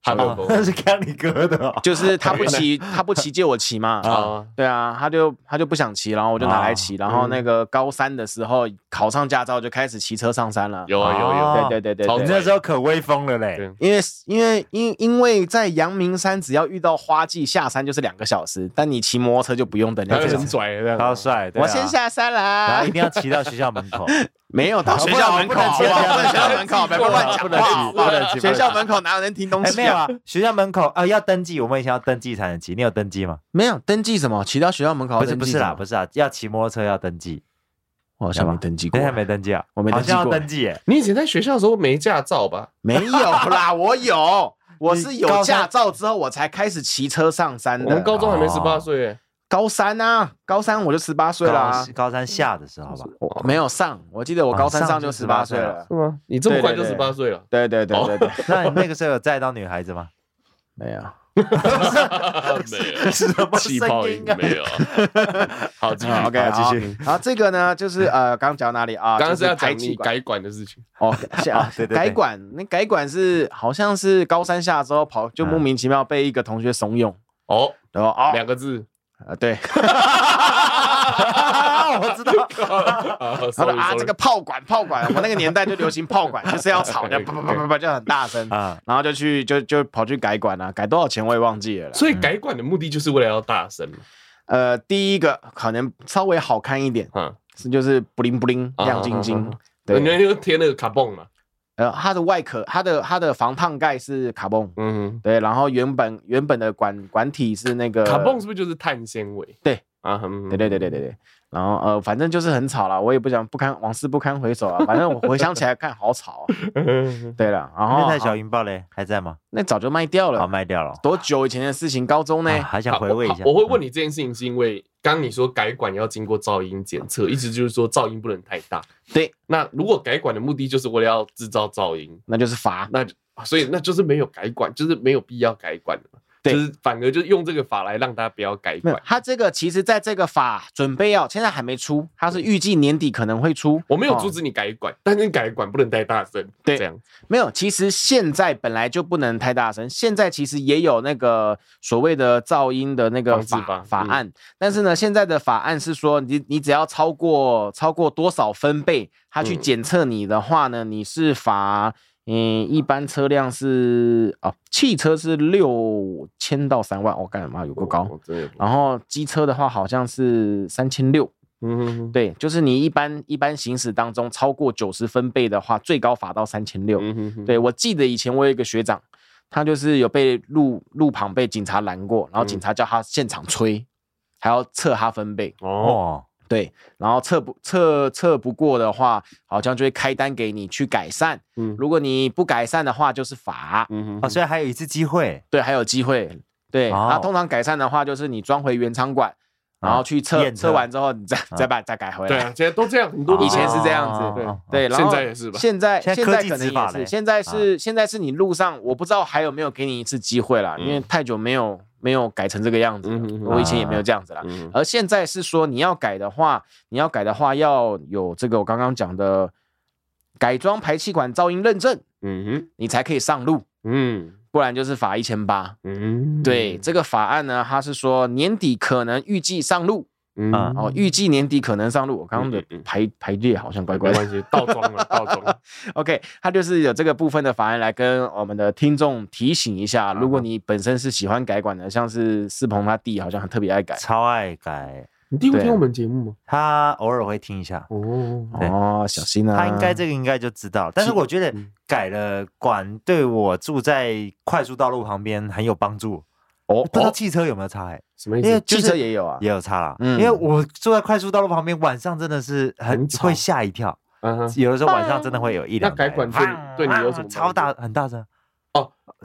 A: 哈
C: 哦
A: 罗
C: *laughs* 那是看你
B: *laughs*
C: 哥的哦，
B: 就是他不骑，他不骑借我骑嘛。
A: 啊，
B: 对啊，他就他就不想骑，然后我就拿来骑，然后那个高三的时候考上驾照就开始骑车上山了。
A: 有啊有有有，
C: 哦
B: 对对对对
A: 超
C: 你
B: 对，
C: 那时候可威风了嘞
A: 对。
B: 因为因为因因为在阳明山只要遇到花季下山就是两个小时，但你骑摩托车就不用等
A: 他
B: 两个小
A: 很
B: 时。
A: 拽这
C: 超
A: 样。
C: 帅，对啊
B: 我先，下山
C: 然
B: 啦
C: 后一，定要骑到学校
B: *laughs*
C: 门口，
B: 没有到
C: 好
B: 学校门
C: 不
B: 口，
C: 能
B: 好不好
C: 不
B: 不能学
C: 能骑
B: 校门口，
A: 不能骑
B: 不要乱讲
C: 不能骑，
B: 话。
C: 不能骑。
B: 学校门
C: 口
B: 口哪有人听东
C: 哎
B: 西
C: 没有
B: 啊？
C: 啊，学校门口啊要登记，我们以前要登记才能骑，你有登记吗？
B: 没有登记什么？骑到学校门口
C: 不是不是啦，不
B: 是，
C: 是啊，要骑摩托车要登记，
B: 我好像没登记过
C: 现，在没登记啊，
B: 我没登
C: 好
B: 记
C: 像
B: 过
C: 要登记耶，
A: 你以前在学校的时候没驾照吧？
B: 没有啦，我有，我是
C: 高
B: 有
C: 三
B: 驾照之后我才开始骑车上山
A: 我们
B: 的。
A: 高中还没十八
C: 哦
A: 岁欸，
B: 高三啊，高三我就十八岁啦
C: 高，高三下的时候吧，
B: *laughs* 我没有上，我记得我高三
C: 哦上
B: 上
C: 就
B: 就十八岁
C: 18岁
B: 了
C: 了。
A: 是吗？你这么
B: 对
A: 快
B: 对
A: 就十
B: 对
A: 八岁了？
B: 对对对对对，
C: 那你那个时候有载到女孩子吗？
B: 没有。
A: 没 *laughs* 有，
C: *laughs* 什么啊
A: 气泡音没有。 *laughs* 好，继续。
B: 啊 OK，
C: 好
B: 好
C: 继续。
B: 然后这个呢，就是呃，刚刚讲到哪里啊？
A: 刚刚
B: 就是
A: 要
B: 排
A: 讲
B: 气
A: 你
B: 管
A: 改管的事情。 *laughs*
B: 哦，是啊
C: 对对对
B: 改管那改管是好像是高三下之后跑，就
C: 嗯
B: 莫名其妙被一个同学怂恿，
A: 哦，
B: 然后哦，
A: 两个
B: *laughs*
A: 字。
B: 呃
A: *laughs*
B: 对，
C: 啊， *laughs* 我知道，
B: 他
A: 他
B: 说啊这个炮管炮管，我那个年代就流
A: *laughs*
B: 行炮管，就是要吵，就
A: 对
B: 叭叭叭叭叭就很大声，
C: 啊，
B: 然后就去就就跑去改管了、改多少钱我也忘记了啦。
A: 所以改管的目的就是为了要大声嘛。
B: 呃，第一个可能稍微好看一点，
A: 嗯，
B: 是就是布灵布灵
A: 啊
B: 亮晶
A: 啊啊
B: 晶
A: 啊。你
B: 对，
A: 们就贴那个卡泵嘛。
B: 呃，它的外壳，它的它的防烫盖是卡泵，
A: 嗯，
B: 对，然后原本原本的管管体是那个
A: 卡泵是不是就是碳纤维？
B: 呃对
A: 啊，嗯
B: 对对对对对对。然后呃，反正就是很吵啦，我也不想不堪往事不堪回首啊。反正我回想起来看好吵啊、
A: *laughs*
B: 对了，然后
A: 哦
C: 那台小云豹嘞还在吗？
B: 那早就卖掉
C: 哦，
B: 了，
C: 卖掉了。
B: 多久以前的事情？高中呢？
C: 啊还想
A: 好
C: 回味一
A: 好
C: 下。
A: 我
B: 嗯
A: 会问你这件事情，是因为刚你说改管要经过噪音检测，意思就是说噪音不能太大。
B: 对，
A: 那如果改管的目的就是为了要制造噪音，
B: 那就是罚。
A: 那就所以那就是没有改管，就是没有必要改管的嘛。
B: 对
A: 就是反而就是用这个法来让大家不要改
B: 没有
A: 管，。
B: 它这个其实在这个法准备要，现在还没出，它是预计年底可能会出。
A: 我没有
B: 哦
A: 阻止你改管，但是你改管不能太大声，
B: 对
A: 这样
B: 没有，其实现在本来就不能太大声，现在其实也有那个所谓的噪音的那个
A: 防治
B: 法
A: 法
B: 法
A: 嗯
B: 案，但是呢，现在的法案是说你你只要超过超过多少分贝，他去
A: 嗯
B: 检测你的话呢，你是罚。嗯，一般车辆是哦，汽车是六千到三万，我、干嘛有够高？啊
A: 哦真的有
B: 然后机车的话好像是三千六，
A: 嗯，
B: 对，就是你一般一般行驶当中超过九十分贝的话，最高罚到三千六。
A: 嗯哼哼，
B: 对我记得以前我有一个学长，他就是有被路路旁被警察拦过，然后警察叫他现场吹，还要测他分贝。
A: 哦，
C: 哦，
B: 对，然后测不测测不过的话，好像就会开单给你去改善。
A: 嗯
B: 如果你不改善的话，就是罚。
A: 嗯
C: 哦，所以还有一次机会
B: 对，还有机会。对，然
C: 哦
B: 后通常改善的话，就是你装回原厂管，然
C: 啊
B: 后去测
C: 验车
B: 测完之后，你再再把再改回来。
A: 对啊，现在都这样，很多都
B: 以前是这样子
C: 哦
B: 对，然后
A: 啊现在也是吧
B: 现在
C: 现在
B: 现
C: 科
B: 在
C: 技
B: 可能
C: 执法
B: 也
C: 嘞
B: 是，现在
A: 啊
B: 是现在是你路上，我不知道还有没有给你一次机会啦，因为
A: 嗯
B: 太久没有没有改成这个样子了
A: 嗯哼哼
B: 我以前也没有这样子啦。
A: 嗯
B: 而现在是说你要改的话，你要改的话要有这个我刚刚讲的改装排气管噪音认证，
A: 嗯哼，
B: 你才可以上路，
A: 嗯
B: 不然就是罚一千八。
A: 嗯，
B: 对，这个法案呢，它是说年底可能预计上路，
A: 嗯
C: 啊
B: 哦，预计年底可能上路。我刚刚的
A: 嗯嗯嗯
B: 排排列好像怪怪
A: 没
B: 的。
A: 关系，倒装了，倒装了。
B: OK，它就是有这个部分的法案来跟我们的听众提醒一下，
A: 嗯
B: 如果你本身是喜欢改管的，像是思鹏他弟好像很特别爱改
C: 超爱改，
A: *laughs* 你弟
B: 会听我
A: 们节目吗？
C: 他偶尔会听一下。
A: 哦，
C: 对
B: 哦，小心啊！
C: 他应该这个应该就知道，但是我觉得
A: 嗯
C: 改了管对我住在快速道路旁边很有帮助。
B: 哦
C: 不知道
B: 哦，
C: 汽车有没有差、欸？
A: 什么意
C: 因为
A: 思？
C: 就
B: 汽
C: 是
B: 车也有啊，
C: 也有差啦，
B: 嗯
C: 因为我住在快速道路旁边，晚上真的是很
A: 很吵
C: 会吓一跳，
A: 嗯哼，
C: 有的时候晚上真的会有一
A: 那
C: 两
A: 改
C: 台。
A: 管对你对你有什么哦
C: 啊超大很大声？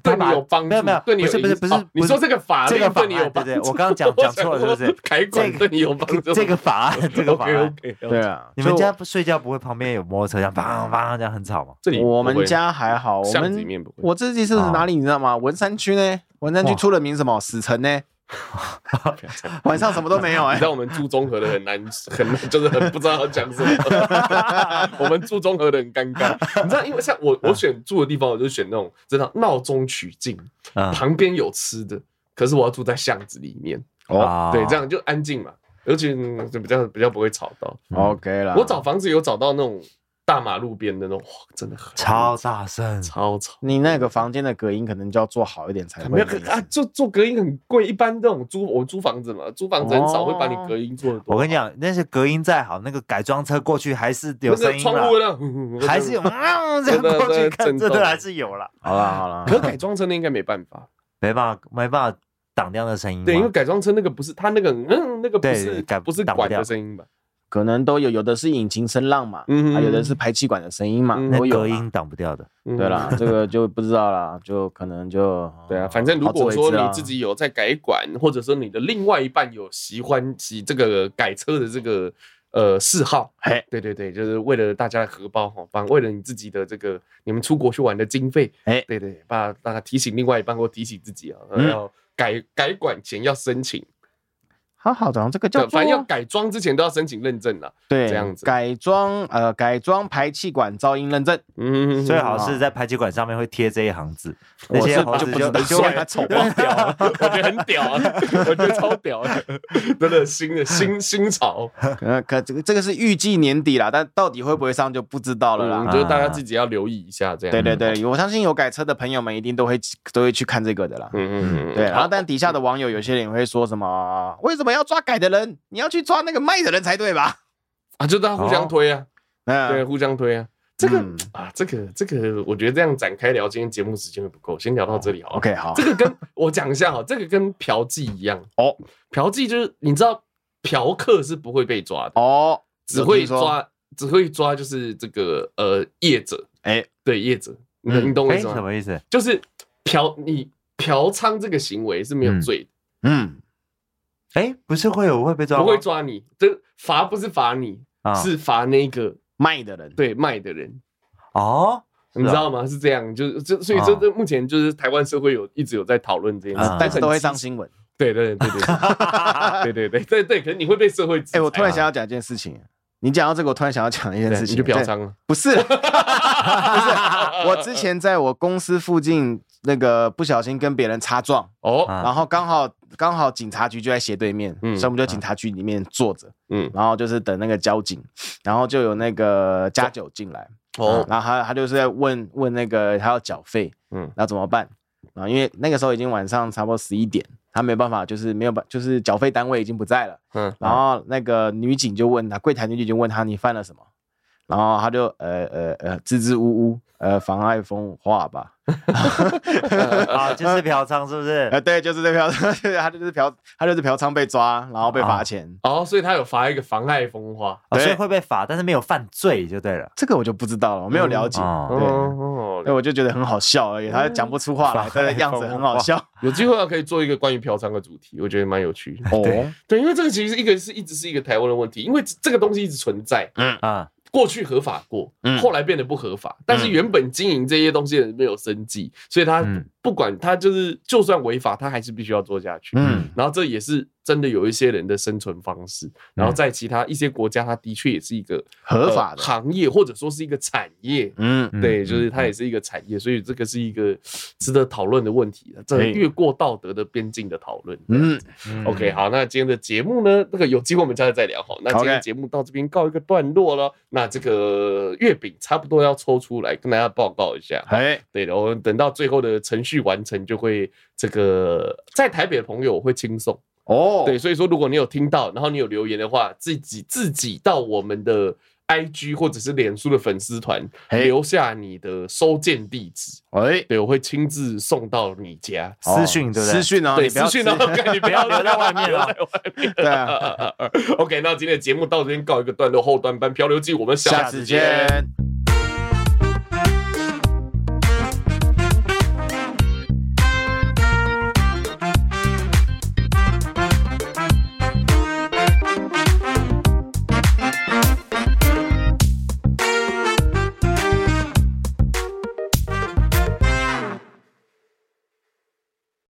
A: 对你有帮助？
C: 没有没有
A: 对你
C: 不是不是
A: 影响
C: 不是
A: 哦你说这个法
C: 这个
A: 令对
C: 法案
A: 你有帮助？
C: 对对我刚
A: *laughs*
C: 刚讲讲错了是不是
A: 改管
C: 这个
A: 对你有帮助？
C: 这个
A: *laughs*
C: 法案，这个法案，
A: OK OK，
B: 对，啊，
C: 你们
B: 就
C: 家不睡觉不会旁边有摩托车这样砰砰这样很吵吗？
A: 这里
B: 我
A: 不
B: 们
A: 会
B: 家还好，我
A: 巷子里
B: 们
A: 面不会。啊
B: 我这次是哪里你知道吗？文山区呢，文山区
C: 哇
B: 出了名什么死城呢？晚上什么都没有
A: *laughs* 你
B: 哎
A: 知。道我们住综合的很难，很就是很不知道要讲什
C: *laughs*
A: 么。我们住综合的很尴尬，你知道，因为像我我选住的地方，我就选那种真的闹中取静， *laughs*
C: 嗯，
A: 旁边有吃的，可是我要住在巷子里面，
B: 哎哦
A: 哦
C: 啊
A: 对，这样就安静嘛，而且嗯就比较比较不会吵到。
B: OK
C: 啊
B: 啦，
A: 我找房子有找到那种大马路边的那种，哇，真的很
C: 超大声，
A: 超吵。
B: 你那个房间的隔音可能就要做好一点才会
A: 没有
B: 那个
A: 啊，做做隔音很贵，一般这种租我租房子嘛，租房子很少
B: 哦
A: 会把你隔音做的多。
C: 我跟你讲，那些隔音再好，那个改装车过去还是有
A: 那个
C: 声音
A: 窗户那
C: 啦，*laughs*
A: 样
C: 还是有
A: *laughs*
C: 嗯这样
A: 真的
C: 过去
A: 在
C: 看，
A: 震
C: 真
A: 动
C: 的还是有啦。
A: *laughs*
B: 好啦好啦，
A: 可改装车那应该没办法，
C: 没办法，没办法挡掉那声音嘛。
A: 对，因为改装车那个不是它那个嗯那个不
C: 对
A: 是
C: 改
A: 不是
C: 挡不
A: 管的
C: 掉
A: 声音吧？
B: 可能都有，有的是引擎声浪嘛，
A: 嗯
B: 啊，有的是排气管的声音嘛，
A: 嗯
C: 那
B: 都有
C: 隔
B: 啦。
C: 音挡不掉的。
A: 嗯
B: 对啦，这个就不知道啦，就可能就
A: *laughs* 对啊，反正如果说你自，
B: 哦好自为之
A: 己有在改管，或者说你的另外一半有喜欢喜这个改车的这个呃嗜好，
B: 嘿，
A: 对对对，就是为了大家的荷包哈，帮为了你自己的这个你们出国去玩的经费，
B: 哎
A: 对对，把大家提醒另外一半或提醒自己啊，
B: 嗯
A: 要改改管前要申请，
B: 好好的，这个叫
A: 对反正要
B: 做啊
A: 改装之前都要申请认证啦。
B: 对
A: 这样子
B: 改装呃改装排气管噪音
A: *laughs*
B: 认证，
A: 嗯，
B: 啊
C: 最好是在排气管上面会贴这一行字，那
B: 我
C: 些
B: 是
C: 猴
B: 就
C: 子
B: 不知道，
C: 就
B: 虽
A: *laughs*
B: 然它
C: 会
B: 丑 *laughs*
A: 很屌啊，我觉得很屌啊，我觉得超屌的， *laughs* 真的新的新新潮，
B: 呃，可这个这个是预计年底啦，但到底会不会上就不知道了
A: 嗯，
B: 啦。啊
A: 就是大家自己要留意一下这样。
B: 对对对，我相信有改车的朋友们一定都会都会去看这个的啦。
A: 嗯嗯嗯，
B: 对，然后
A: 好
B: 但底下的网友有些人也会说什么，为什么要抓改的人？你要去抓那个卖的人才对吧？ *laughs*
A: 啊，就大家互相推啊，对，
B: 哦嗯，
A: 互相推啊。这个
B: 嗯
A: 啊，这个这个，我觉得这样展开聊，今天节目时间会不够，先聊到这里好了。
B: 哦，OK，好
A: 这，个跟我讲一下哈，这个跟嫖妓一样
B: 哦，
A: 嫖妓就是你知道，嫖客是不会被抓的，
B: 哦，
A: 只会
B: 我听说，
A: 抓只会抓就是这个呃业者，
B: 哎，
A: 对业者，你
B: 嗯
A: 你懂我
C: 哎，
A: 意思吗
C: 什？么意思？
A: 就是嫖你嫖娼这个行为是没有罪的，
B: 嗯，
C: 哎，不是会有会被
B: 啊
C: 抓吗？
A: 不会抓你，这罚不是罚你，
C: 啊
A: 是罚那个
B: 卖的人，
A: 对卖的人，
C: 哦，
A: 你知道吗？是这样，就是这，所以
C: 啊
A: 这这目前就是台湾社会有一直有在讨论这件事
C: 啊，
B: 但是都会上
A: 很
B: 新闻。
A: 对对
B: *laughs*
A: 对对对对对对对对，可能你会被社会制裁。啊
B: 哎，我突然想要讲一件事情，你讲到这个，我突然想要讲一件
A: 对，
B: 事
A: 你
B: 情，
A: 就嫖
B: 对
A: 娼了。
B: 不是， *laughs* 不是，我之前在我公司附近那个不小心跟别人擦撞，
A: 哦，
C: 啊
B: 然后刚好刚好警察局就在斜对面，
A: 嗯
B: 所以我们就警察局里面坐着，
A: 嗯，
B: 然后就是等那个交警，然后就有那个加酒进来，
A: 哦，
B: 然后他他就是在问问那个他要缴费，
A: 嗯
B: 那怎么办？然后因为那个时候已经晚上差不多十一点，他没有办法，就是没有办，就是缴费单位已经不在了。
A: 嗯，
B: 然后那个女警就问他，柜台女警就问他你犯了什么，然后他就呃呃呃支支吾吾，呃妨碍风化吧，
C: 啊，就是嫖娼是
B: *laughs*
C: 不是？
B: 呃对，就是这嫖，他就是嫖，他就是嫖娼被抓，然后被罚钱，
A: 哦，所以他有罚一个妨碍风化。
C: 哦
B: 对
C: 所以会被罚，但是没有犯罪就对
B: *laughs*
C: 了。
B: 这个我就不知道了，我没有了解，
A: 嗯
C: 哦
B: 对
A: 哦，
B: 对，我就觉得很好笑而已，他讲不出话
A: 嗯
B: 来，他的样子很好笑
A: 有机会啊可以做一个关于嫖娼的主题，我觉得蛮有趣的。
B: 哦，
A: *laughs* 对，因为这个其实一个是一直是一个台湾的问题，因为这个东西一直存在，
C: 啊，
A: 过去合法过
B: 嗯，
A: 后来变得不合法，但是原本经营这些东西的人没有生计，所以他
C: 嗯
A: 不管他就是就算违法，他还是必须要做下去。
B: 嗯
A: 然后这也是真的有一些人的生存方式，然后在其他一些国家，它的确也是一个
B: 合法的
A: 呃行业，或者说是一个产业。
B: 嗯，
C: 嗯
A: 对，就是它
C: 嗯
A: 也是一个产业，所以这个是一个值得讨论的问题，这
B: 嘿
A: 越过道德的边境的讨论。
B: 嗯
A: 嗯
C: 嗯
A: ，OK，好，那今天的节目呢，那个有机会我们下次再聊哈。那今天
B: OK
A: 的节目到这边告一个段落了，那这个月饼差不多要抽出来跟大家报告一下。
B: 哎，
A: 对的，我们等到最后的程序完成，就会这个在台北的朋友我会轻松。
B: 哦，
A: 对，，所以说如果你有听到，然后你有留言的话，自己自己到我们的 IG 或者是脸书的粉丝团
B: 嘿
A: 留下你的收件地址，
B: 哎，
A: 对我会亲自送到你家。
C: 私讯对不对
B: 私？讯哦，
A: 对，
B: 你不要
A: 私讯哦， *laughs* 你不要
C: 留在外面
A: 了
C: 啊。
B: 对啊，
A: *laughs* OK，那今天的节目到这边告一个段落，后端班漂流记，我们下
B: 下
A: 次
B: 次
A: 见。
B: 见。